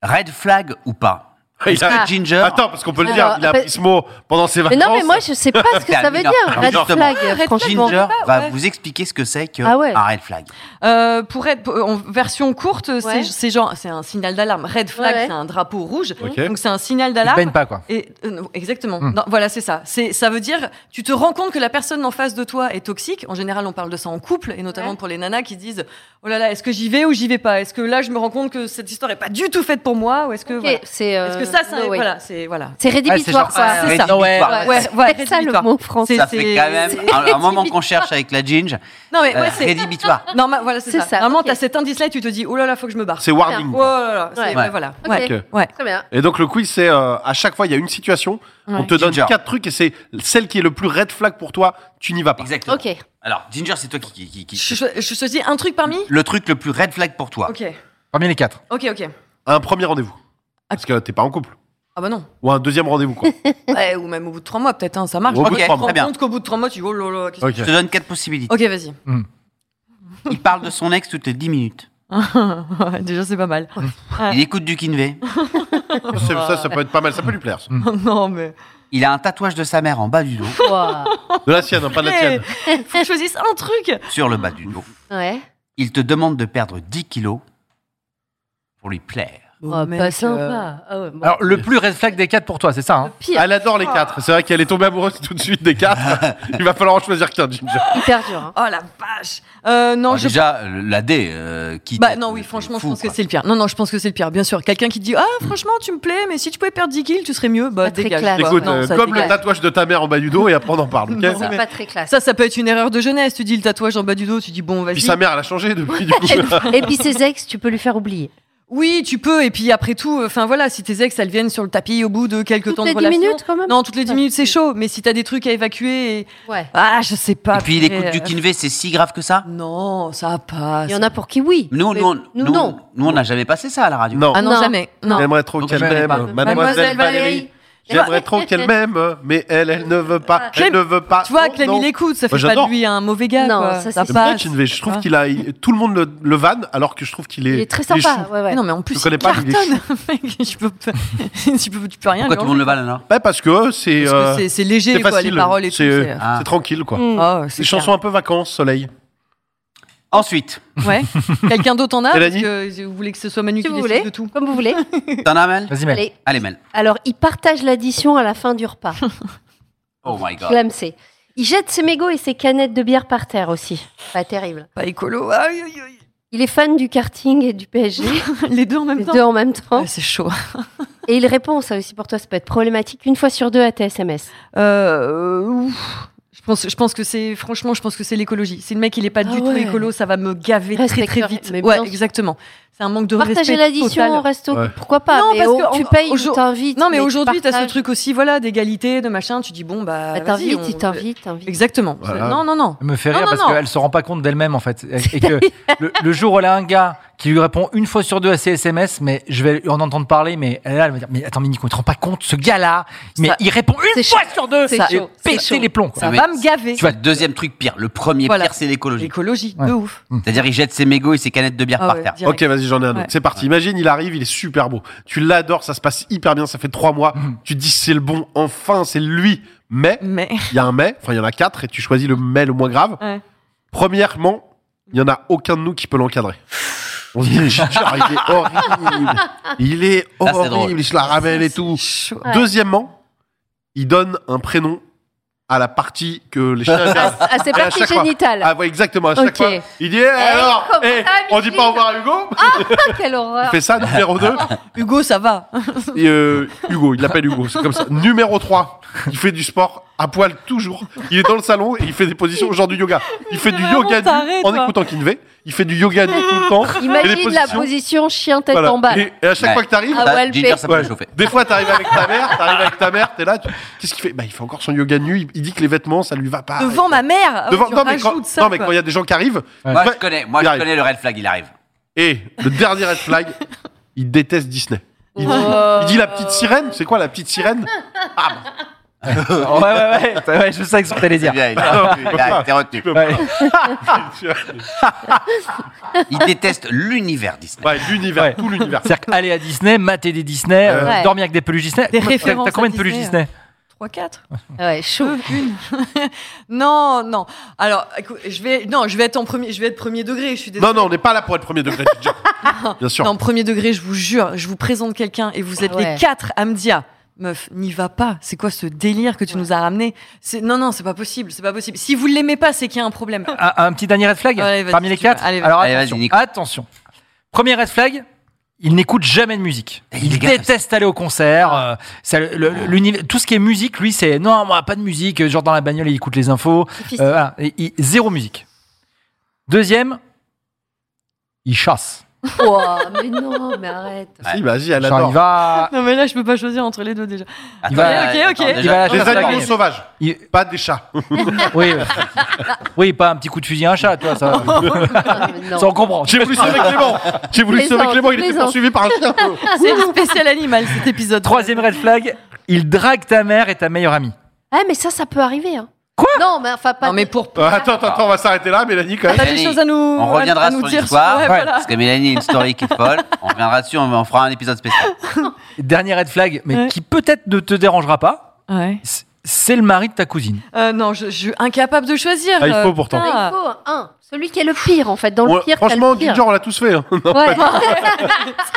Speaker 6: Red flag ou pas Est-ce
Speaker 3: Il a-
Speaker 6: que Ginger.
Speaker 3: Attends, parce qu'on peut le dire,
Speaker 7: Alors,
Speaker 3: il a
Speaker 7: bah-
Speaker 3: pris ce mot pendant ses
Speaker 7: Mais
Speaker 3: vacances.
Speaker 7: non, mais moi, je sais pas ce que ça veut dire.
Speaker 6: Alors,
Speaker 7: Red
Speaker 6: justement,
Speaker 7: flag, franchement.
Speaker 6: Ginger va
Speaker 2: ouais.
Speaker 6: vous expliquer ce que c'est que
Speaker 7: Ah ouais.
Speaker 6: un red flag.
Speaker 2: Euh, pour être pour- en version courte, c'est-
Speaker 7: Ouais.
Speaker 2: c'est genre c'est un signal d'alarme. Red flag,
Speaker 7: Ouais, ouais.
Speaker 2: c'est un drapeau rouge.
Speaker 3: Ok.
Speaker 2: Donc c'est un signal
Speaker 4: Ils baignent
Speaker 2: d'alarme.
Speaker 4: pas, quoi.
Speaker 2: Et euh, non, exactement.
Speaker 4: Hmm.
Speaker 2: Non, voilà, c'est ça. C'est ça veut dire tu te rends compte que la personne en face de toi est toxique. En général, on parle de ça en couple et notamment
Speaker 7: Ouais.
Speaker 2: pour les nanas qui disent "Oh là là, est-ce que j'y vais ou j'y vais pas Est-ce que là je me rends compte que cette histoire est pas du tout faite pour moi ou est-ce que
Speaker 7: Ok,
Speaker 2: voilà.
Speaker 7: c'est. euh,
Speaker 2: Est-ce que ça, ça
Speaker 7: no way.
Speaker 2: voilà, c'est voilà.
Speaker 7: C'est
Speaker 4: genre-
Speaker 7: rédhibitoire,
Speaker 2: Ah,
Speaker 7: ça.
Speaker 2: c'est
Speaker 6: Red
Speaker 2: ça.
Speaker 6: flag,
Speaker 4: Ouais.
Speaker 6: quoi.
Speaker 2: Ouais, ouais,
Speaker 7: C'est ça le
Speaker 2: rédhibitoire.
Speaker 7: mot français.
Speaker 2: C'est-
Speaker 6: Ça fait quand même un, un moment qu'on cherche avec la Ginge.
Speaker 2: Non mais
Speaker 6: euh,
Speaker 2: <laughs> ouais, c'est
Speaker 6: rédhibitoire.
Speaker 2: normal. Voilà, c'est
Speaker 7: C'est
Speaker 2: ça.
Speaker 7: ça,
Speaker 2: Vraiment,
Speaker 7: ok.
Speaker 2: t'as cet indice-là et tu te dis "Oh là là, faut que je me barre."
Speaker 3: C'est warning.
Speaker 2: Oh là là, c'est-
Speaker 7: Ouais.
Speaker 2: ouais, voilà.
Speaker 7: Ok.
Speaker 2: Ouais.
Speaker 7: Très bien.
Speaker 3: Et donc le quiz, c'est euh, à chaque fois, il y a une situation, on
Speaker 2: Ouais.
Speaker 3: te donne
Speaker 6: Ginger.
Speaker 3: quatre trucs et c'est celle qui est le plus red flag pour toi, tu n'y vas pas.
Speaker 6: Exactement.
Speaker 7: Ok.
Speaker 6: Alors, Ginger, c'est toi qui, qui- qui- qui-
Speaker 2: Je, je, je choisis un truc parmi
Speaker 6: Le truc le plus red flag pour toi.
Speaker 2: Ok,
Speaker 4: Parmi les quatre.
Speaker 2: ok, ok.
Speaker 3: Un premier rendez-vous. Parce que t'es pas en couple.
Speaker 2: Ah
Speaker 7: <laughs>
Speaker 2: bah non.
Speaker 3: Ou un deuxième rendez-vous, quoi.
Speaker 2: Ouais, ou même au bout de trois mois, peut-être, hein, ça marche.
Speaker 3: Au
Speaker 2: Tu
Speaker 3: bout de
Speaker 6: Ok,
Speaker 3: trois
Speaker 2: te
Speaker 6: très
Speaker 3: mois.
Speaker 2: rends
Speaker 6: bien.
Speaker 2: compte qu'au bout de trois mois, tu dis oh là là, qu'est-ce que-
Speaker 3: Ok.
Speaker 6: Je te donne quatre possibilités.
Speaker 2: Ok, vas-y. <laughs>
Speaker 6: Il parle de son ex toutes les 10 minutes.
Speaker 2: Déjà, c'est pas mal.
Speaker 6: Il écoute du Kinvé.
Speaker 3: C'est- Ça, ça peut être pas mal, ça peut lui plaire. ça.
Speaker 2: <laughs> non, mais.
Speaker 6: Il a un tatouage de sa mère en bas du
Speaker 2: <laughs>
Speaker 6: dos.
Speaker 7: Ouah.
Speaker 3: De la sienne, hein, pas de la
Speaker 2: Hey,
Speaker 3: tienne.
Speaker 2: faut que je choisisse un truc.
Speaker 6: Sur le bas du dos.
Speaker 7: <laughs> Ouais.
Speaker 6: Il te demande de perdre 10 kilos pour lui plaire.
Speaker 7: Oh,
Speaker 2: mec,
Speaker 7: pas
Speaker 2: euh,
Speaker 7: sympa. Ah ouais, bon.
Speaker 4: Alors, le plus red flag des quatre pour toi, c'est ça, hein
Speaker 7: Pire,
Speaker 3: Elle adore les quatre. C'est vrai qu'elle est tombée amoureuse tout de suite des quatre. Il va falloir en choisir qu'un, Ginger.
Speaker 7: hyper
Speaker 2: <laughs>
Speaker 7: dur. hein.
Speaker 2: Oh la vache. Euh, non,
Speaker 3: Ah,
Speaker 6: Alors
Speaker 2: je.
Speaker 6: Déjà, euh, la D, euh, qui.
Speaker 2: Bah non, oui, franchement, je pense que c'est le pire. Non, non, je pense que c'est le pire. Bien sûr, quelqu'un qui te dit Ah, franchement, tu me plais, mais si tu pouvais perdre 10 kills, tu serais mieux. Bah,
Speaker 7: Pas très
Speaker 2: dégage.
Speaker 7: classe.
Speaker 2: quoi.
Speaker 3: Écoute,
Speaker 2: Non,
Speaker 3: euh,
Speaker 2: ça,
Speaker 3: comme le
Speaker 2: dégage.
Speaker 3: tatouage de ta mère en bas du dos et après on en parle,
Speaker 2: <laughs>
Speaker 3: ok
Speaker 7: C'est
Speaker 2: mais-
Speaker 7: pas très classe.
Speaker 2: ça, ça peut être une erreur de jeunesse. Tu dis le tatouage en bas du dos, tu dis bon,
Speaker 3: Puis
Speaker 2: vas-y.
Speaker 3: sa mère, elle a changé depuis, du coup.
Speaker 2: <laughs>
Speaker 7: Et puis ses ex, tu peux lui faire oublier.
Speaker 2: Oui, tu peux. Et puis après tout, enfin voilà, si tes ex, elles viennent sur le tapis au bout de quelques temps
Speaker 7: Toutes
Speaker 2: de
Speaker 7: les 10
Speaker 2: relation.
Speaker 7: minutes quand même
Speaker 2: Non, toutes les 10
Speaker 7: Ouais.
Speaker 2: minutes, c'est chaud. Mais si t'as des trucs à évacuer, et-
Speaker 7: Ouais.
Speaker 2: ah, je sais pas.
Speaker 6: Et puis il
Speaker 2: purée,
Speaker 6: écoute du
Speaker 2: euh,
Speaker 6: Kinvé, c'est si grave que ça
Speaker 2: Non, ça passe.
Speaker 7: Il y en a pour qui oui.
Speaker 6: Nous,
Speaker 7: mais
Speaker 6: nous, on-
Speaker 7: nous,
Speaker 6: nous,
Speaker 7: non.
Speaker 6: nous, on n'a jamais passé ça à la radio.
Speaker 3: Non.
Speaker 2: Ah non,
Speaker 7: Non.
Speaker 2: jamais. Non.
Speaker 3: J'aimerais trop
Speaker 6: Donc,
Speaker 3: qu'elle
Speaker 6: je
Speaker 3: m'aime,
Speaker 6: n'aime pas.
Speaker 3: mademoiselle, Valérie. J'aimerais trop qu'elle m'aime, mais elle, elle ne veut pas. Elle
Speaker 2: Clem-
Speaker 3: ne veut pas.
Speaker 2: Tu vois,
Speaker 3: Non,
Speaker 2: Clem,
Speaker 3: non.
Speaker 2: il écoute. Ça
Speaker 3: Moi,
Speaker 2: fait pas
Speaker 3: j'adore.
Speaker 2: de lui un mauvais gars.
Speaker 7: Non,
Speaker 2: quoi.
Speaker 7: ça,
Speaker 2: ça
Speaker 7: c'est
Speaker 3: Bien,
Speaker 2: passe.
Speaker 3: Kinvey, je trouve
Speaker 2: Ah.
Speaker 3: qu'il a il- tout le monde le, le vanne alors que je trouve qu'il est
Speaker 7: Il est très sympa.
Speaker 3: chou.
Speaker 7: ouais, ouais.
Speaker 2: Mais Non, mais en plus,
Speaker 3: Je connais
Speaker 2: il
Speaker 3: pas, mais il est
Speaker 2: cartonne. <laughs> Mec, tu peux, pas- <laughs> tu peux, tu peux rien.
Speaker 6: Pourquoi
Speaker 2: lui
Speaker 6: tout le monde le va là, là
Speaker 3: Bah, parce que c'est
Speaker 2: enlever.
Speaker 3: euh,
Speaker 2: Parce que c'est- c'est léger,
Speaker 3: c'est
Speaker 2: quoi, les
Speaker 3: facile,
Speaker 2: paroles et tout.
Speaker 3: c'est
Speaker 2: C'est
Speaker 3: euh,
Speaker 6: Ah.
Speaker 3: c'est tranquille quoi.
Speaker 7: Mm.
Speaker 2: Oh, c'est
Speaker 3: Des
Speaker 2: clair.
Speaker 3: chansons un peu vacances, soleil.
Speaker 6: Ensuite,
Speaker 2: Ouais. Quelqu'un d'autre en a Parce
Speaker 3: Mélanie
Speaker 2: que vous voulez que ce soit Manu
Speaker 7: Si
Speaker 2: qui
Speaker 7: vous
Speaker 2: décide
Speaker 7: voulez,
Speaker 2: de tout.
Speaker 7: comme vous voulez.
Speaker 6: t'en as Mel
Speaker 4: Vas-y, mec.
Speaker 7: Allez.
Speaker 6: Allez, Mel.
Speaker 7: Alors, il partage l'addition à la fin du repas.
Speaker 6: Oh my
Speaker 3: Ah.
Speaker 6: god.
Speaker 7: Clamsé. Il jette ses mégots et ses canettes de bière par terre aussi. Pas terrible.
Speaker 2: Pas écolo. Aïe, aïe, aïe.
Speaker 7: Il est fan du karting et du PSG,
Speaker 2: <laughs> Les deux en même
Speaker 7: les
Speaker 2: temps.
Speaker 7: deux en même temps.
Speaker 2: Ouais, c'est chaud.
Speaker 7: Et il répond, ça aussi pour toi, ça peut être problématique, une fois sur deux à tes SMS.
Speaker 2: Euh, ouf. je pense, je pense que c'est franchement, je pense que c'est l'écologie. Si le mec il est pas
Speaker 7: Ah
Speaker 2: du tout
Speaker 7: ouais.
Speaker 2: écolo, ça va me gaver
Speaker 7: Respecter-
Speaker 2: très très vite.
Speaker 7: mais bien
Speaker 2: Ouais,
Speaker 7: sûr.
Speaker 2: exactement. C'est un manque de
Speaker 7: Partager
Speaker 2: respect
Speaker 7: l'addition au
Speaker 2: total.
Speaker 7: resto,
Speaker 3: Ouais.
Speaker 7: pourquoi pas
Speaker 2: Non,
Speaker 7: mais
Speaker 2: parce
Speaker 7: au-
Speaker 2: que
Speaker 7: tu
Speaker 2: en-
Speaker 7: payes,
Speaker 2: aujourd'hui-
Speaker 7: ou t'invites.
Speaker 2: Non mais
Speaker 7: tu
Speaker 2: aujourd'hui t'as ce
Speaker 7: partages.
Speaker 2: truc aussi, voilà, d'égalité, de machin. Tu dis bon bah,
Speaker 7: Bah,
Speaker 2: vas-y,
Speaker 7: T'invites,
Speaker 2: on-
Speaker 7: il t'invite, t'invite.
Speaker 2: Exactement.
Speaker 3: Voilà.
Speaker 2: Non non non.
Speaker 4: Elle me fait
Speaker 2: Non,
Speaker 4: rire
Speaker 2: non,
Speaker 4: parce
Speaker 2: non.
Speaker 4: qu'elle se rend pas compte d'elle-même en fait.
Speaker 2: <laughs>
Speaker 4: Et- Et que le, le jour où elle a un gars qui lui répond une fois sur deux à ses SMS, mais je vais en entendre parler, mais elle, elle va dire Mais attends, Minico, tu te rends pas compte, ce gars-là, mais
Speaker 2: Ça-
Speaker 4: il répond une
Speaker 2: c'est
Speaker 4: fois
Speaker 2: chaud.
Speaker 4: sur deux,
Speaker 2: C'est
Speaker 4: et
Speaker 2: chaud. C'est
Speaker 4: péter
Speaker 2: chaud.
Speaker 4: les plombs. quoi.
Speaker 2: Ça
Speaker 6: mais-
Speaker 2: va me gaver.
Speaker 4: Tu vois,
Speaker 6: Le deuxième truc pire, le premier
Speaker 2: Voilà.
Speaker 6: pire, c'est l'écologie.
Speaker 2: L'écologie,
Speaker 4: Ouais.
Speaker 2: de ouf.
Speaker 6: C'est-à-dire, il jette ses mégots et ses canettes de bière
Speaker 2: Ah
Speaker 6: par
Speaker 2: ouais,
Speaker 6: terre.
Speaker 2: direct.
Speaker 3: Ok, vas-y, j'en ai un autre.
Speaker 2: Ouais.
Speaker 3: C'est parti. Imagine, il arrive, il est super beau. Tu l'adores, ça se passe hyper bien, ça fait trois mois.
Speaker 6: Mhm.
Speaker 3: Tu te dis, c'est le bon, enfin, c'est lui. Mais,
Speaker 2: Mais
Speaker 3: il y a un mais, enfin, il y en a quatre, et tu choisis le mais le moins grave.
Speaker 2: Ouais.
Speaker 3: Premièrement, il n'y en a aucun de nous qui peut l'encadrer. On se dit, genre, il est horrible. Il est
Speaker 6: Ça, c'est
Speaker 3: horrible,
Speaker 6: drôle.
Speaker 3: il se la ramène et tout.
Speaker 2: chaud.
Speaker 7: Ouais.
Speaker 3: Deuxièmement, il donne un prénom à la partie que les chiens
Speaker 7: À,
Speaker 3: aiment.
Speaker 7: à ses
Speaker 3: Et à
Speaker 7: parties
Speaker 3: chaque fois-
Speaker 7: génitales.
Speaker 3: Ah, ouais, exactement, à chaque
Speaker 7: Ah, Ok.
Speaker 3: fois. Il dit, eh, alors,
Speaker 7: comment
Speaker 3: eh,
Speaker 7: ça,
Speaker 3: on dit
Speaker 7: Micheline
Speaker 3: pas au revoir à Hugo
Speaker 7: Ah, Quelle
Speaker 3: Il
Speaker 7: horreur.
Speaker 3: fait ça, numéro 2.
Speaker 2: Hugo, ça va. hein.
Speaker 3: euh, Hugo, il l'appelle Hugo, c'est comme ça. Numéro 3, il fait du sport à poil toujours. Il est dans le salon et il fait des positions, genre du yoga. Il fait
Speaker 2: C'est
Speaker 3: du
Speaker 2: vraiment
Speaker 3: yoga nu
Speaker 2: taré,
Speaker 3: en
Speaker 2: toi.
Speaker 3: écoutant Kinvey. Il fait du yoga nu tout le temps. et les
Speaker 7: Imagine la
Speaker 3: positions.
Speaker 7: position chien tête
Speaker 3: voilà.
Speaker 7: en bas.
Speaker 3: Et, et à chaque
Speaker 6: Ouais.
Speaker 3: fois que t'arrives,
Speaker 7: Ah
Speaker 6: Ça,
Speaker 7: ouais, le
Speaker 6: Bah, Ginger,
Speaker 7: fait.
Speaker 6: ça peut
Speaker 3: Ouais.
Speaker 6: le chauffer.
Speaker 3: Des fois, t'arrives avec ta mère, t'arrives avec ta mère, t'es là. tu- Qu'est-ce qu'il fait Bah, il fait encore son yoga nu. Il, il dit que les vêtements, ça lui va pas.
Speaker 2: Devant ma mère. Ah ouais,
Speaker 3: Devant-
Speaker 2: tu
Speaker 3: non, mais
Speaker 2: rajoutes
Speaker 3: quand,
Speaker 2: ça,
Speaker 3: non, mais
Speaker 2: quoi.
Speaker 3: quand il y a des gens qui arrivent.
Speaker 6: Moi,
Speaker 3: bah,
Speaker 6: je connais, moi,
Speaker 3: il
Speaker 6: je
Speaker 3: arrive.
Speaker 6: connais le red flag, il arrive.
Speaker 3: Et le dernier red flag, il déteste Disney. Il dit,
Speaker 2: Oh.
Speaker 3: il dit la petite sirène. C'est quoi la petite sirène
Speaker 4: Ouais, ouais, <laughs> ouais, ouais, je sais ce que t'allais dire.
Speaker 6: Il arrive, il arrive, il arrive, t'es retenu.
Speaker 4: Ouais.
Speaker 6: Il déteste l'univers Disney.
Speaker 3: Ouais, Bah, l'univers,
Speaker 4: Ouais.
Speaker 3: tout l'univers.
Speaker 4: C'est-à-dire qu'aller à Disney, mater des Disney, euh,
Speaker 7: Ouais.
Speaker 4: dormir avec des peluches Disney.
Speaker 2: Des
Speaker 4: T'as-
Speaker 2: références
Speaker 4: T'as combien
Speaker 2: à
Speaker 4: de peluches
Speaker 2: Disney,
Speaker 4: Disney
Speaker 2: 3 4
Speaker 7: Ouais, chaud.
Speaker 2: <laughs> Une. non, non. Alors, écoute, je vais, non, je vais être en premier, je vais être premier degré. Je suis désolée.
Speaker 3: Non, non, on n'est pas là pour être premier degré. Ginger. Bien sûr.
Speaker 2: Non, premier degré, je vous jure, je vous présente quelqu'un et vous êtes
Speaker 7: Ah Ouais.
Speaker 2: les quatre à me dire. Meuf, n'y va pas. C'est quoi ce délire que tu nous as ramené C'est non, non, c'est pas possible, c'est pas possible. Si vous l'aimez pas, c'est qu'il y a un problème.
Speaker 7: Oh,
Speaker 4: un, Ah, un petit dernier red flag
Speaker 2: Allez, vas-y,
Speaker 4: parmi les
Speaker 2: tu peux.
Speaker 4: quatre.
Speaker 2: Allez, vas-y.
Speaker 4: Alors
Speaker 6: Allez,
Speaker 4: attention,
Speaker 6: vas-y, Nico.
Speaker 4: attention. Premier red flag, il n'écoute jamais de musique.
Speaker 6: Et il
Speaker 4: Il
Speaker 6: est gaffe.
Speaker 4: déteste aller au concert. euh, ça, le- le- l'univers- tout ce qui est musique, lui, c'est non, moi, pas de musique. euh, Genre dans la bagnole, il écoute les infos.
Speaker 7: Difficile.
Speaker 4: Euh, voilà. Et- et zéro musique. Deuxième, il chasse.
Speaker 7: Ouah, Oh, mais non, mais arrête.
Speaker 3: Si, bah, vas-y, elle
Speaker 4: Genre,
Speaker 3: adore.
Speaker 4: il va.
Speaker 2: <laughs> Non mais là, je peux pas choisir entre les deux déjà.
Speaker 6: Attends,
Speaker 4: Il va-
Speaker 6: là,
Speaker 2: Ok,
Speaker 6: attends,
Speaker 2: ok.
Speaker 6: déjà,
Speaker 4: Il va à la
Speaker 3: Des
Speaker 4: chasse.
Speaker 3: animaux sauvages,
Speaker 4: il-
Speaker 3: pas des chats.
Speaker 4: oui, euh, oui, pas un petit coup de fusil à un chat,
Speaker 2: <laughs>
Speaker 4: toi, ça.
Speaker 7: Ah, mais non.
Speaker 4: ça on comprend.
Speaker 3: J'ai voulu <laughs> sauver Clément. J'ai voulu
Speaker 7: Plaisante,
Speaker 3: sauver Clément, il était
Speaker 7: plaisante.
Speaker 3: poursuivi par un chien.
Speaker 7: Ah,
Speaker 2: C'est le spécial animal cet épisode.
Speaker 4: Troisième red flag, il drague ta mère et ta meilleure amie.
Speaker 7: Ah, mais ça, ça peut arriver. Hein.
Speaker 4: Quoi
Speaker 7: Non, mais enfin, pas.
Speaker 2: Non mais pour
Speaker 3: Euh, attends, attends, attends, on va s'arrêter là, Mélanie, quand même.
Speaker 2: T'as des
Speaker 6: Mélanie,
Speaker 2: choses à nous
Speaker 6: On
Speaker 2: à-
Speaker 6: reviendra
Speaker 2: à nous
Speaker 6: sur
Speaker 2: dire
Speaker 6: l'histoire.
Speaker 2: ouais,
Speaker 4: Ouais.
Speaker 2: voilà.
Speaker 6: Parce que Mélanie a une story qui est folle. On reviendra dessus, on on fera un épisode
Speaker 2: <laughs>
Speaker 6: spécial.
Speaker 4: Dernier red flag, mais
Speaker 2: Ouais.
Speaker 4: qui peut-être ne te dérangera pas,
Speaker 2: Ouais.
Speaker 4: c- c'est le mari de ta cousine.
Speaker 2: Euh, non, je, je suis incapable de choisir.
Speaker 3: Ah, il faut
Speaker 2: euh,
Speaker 3: pourtant.
Speaker 2: putain.
Speaker 7: Ah, il faut un. Celui qui est le pire, en fait. Dans
Speaker 3: On-
Speaker 7: le pire, t'as
Speaker 3: franchement,
Speaker 7: le pire.
Speaker 3: Ginger, on l'a tous fait. hein. Non,
Speaker 7: Ouais.
Speaker 2: <laughs>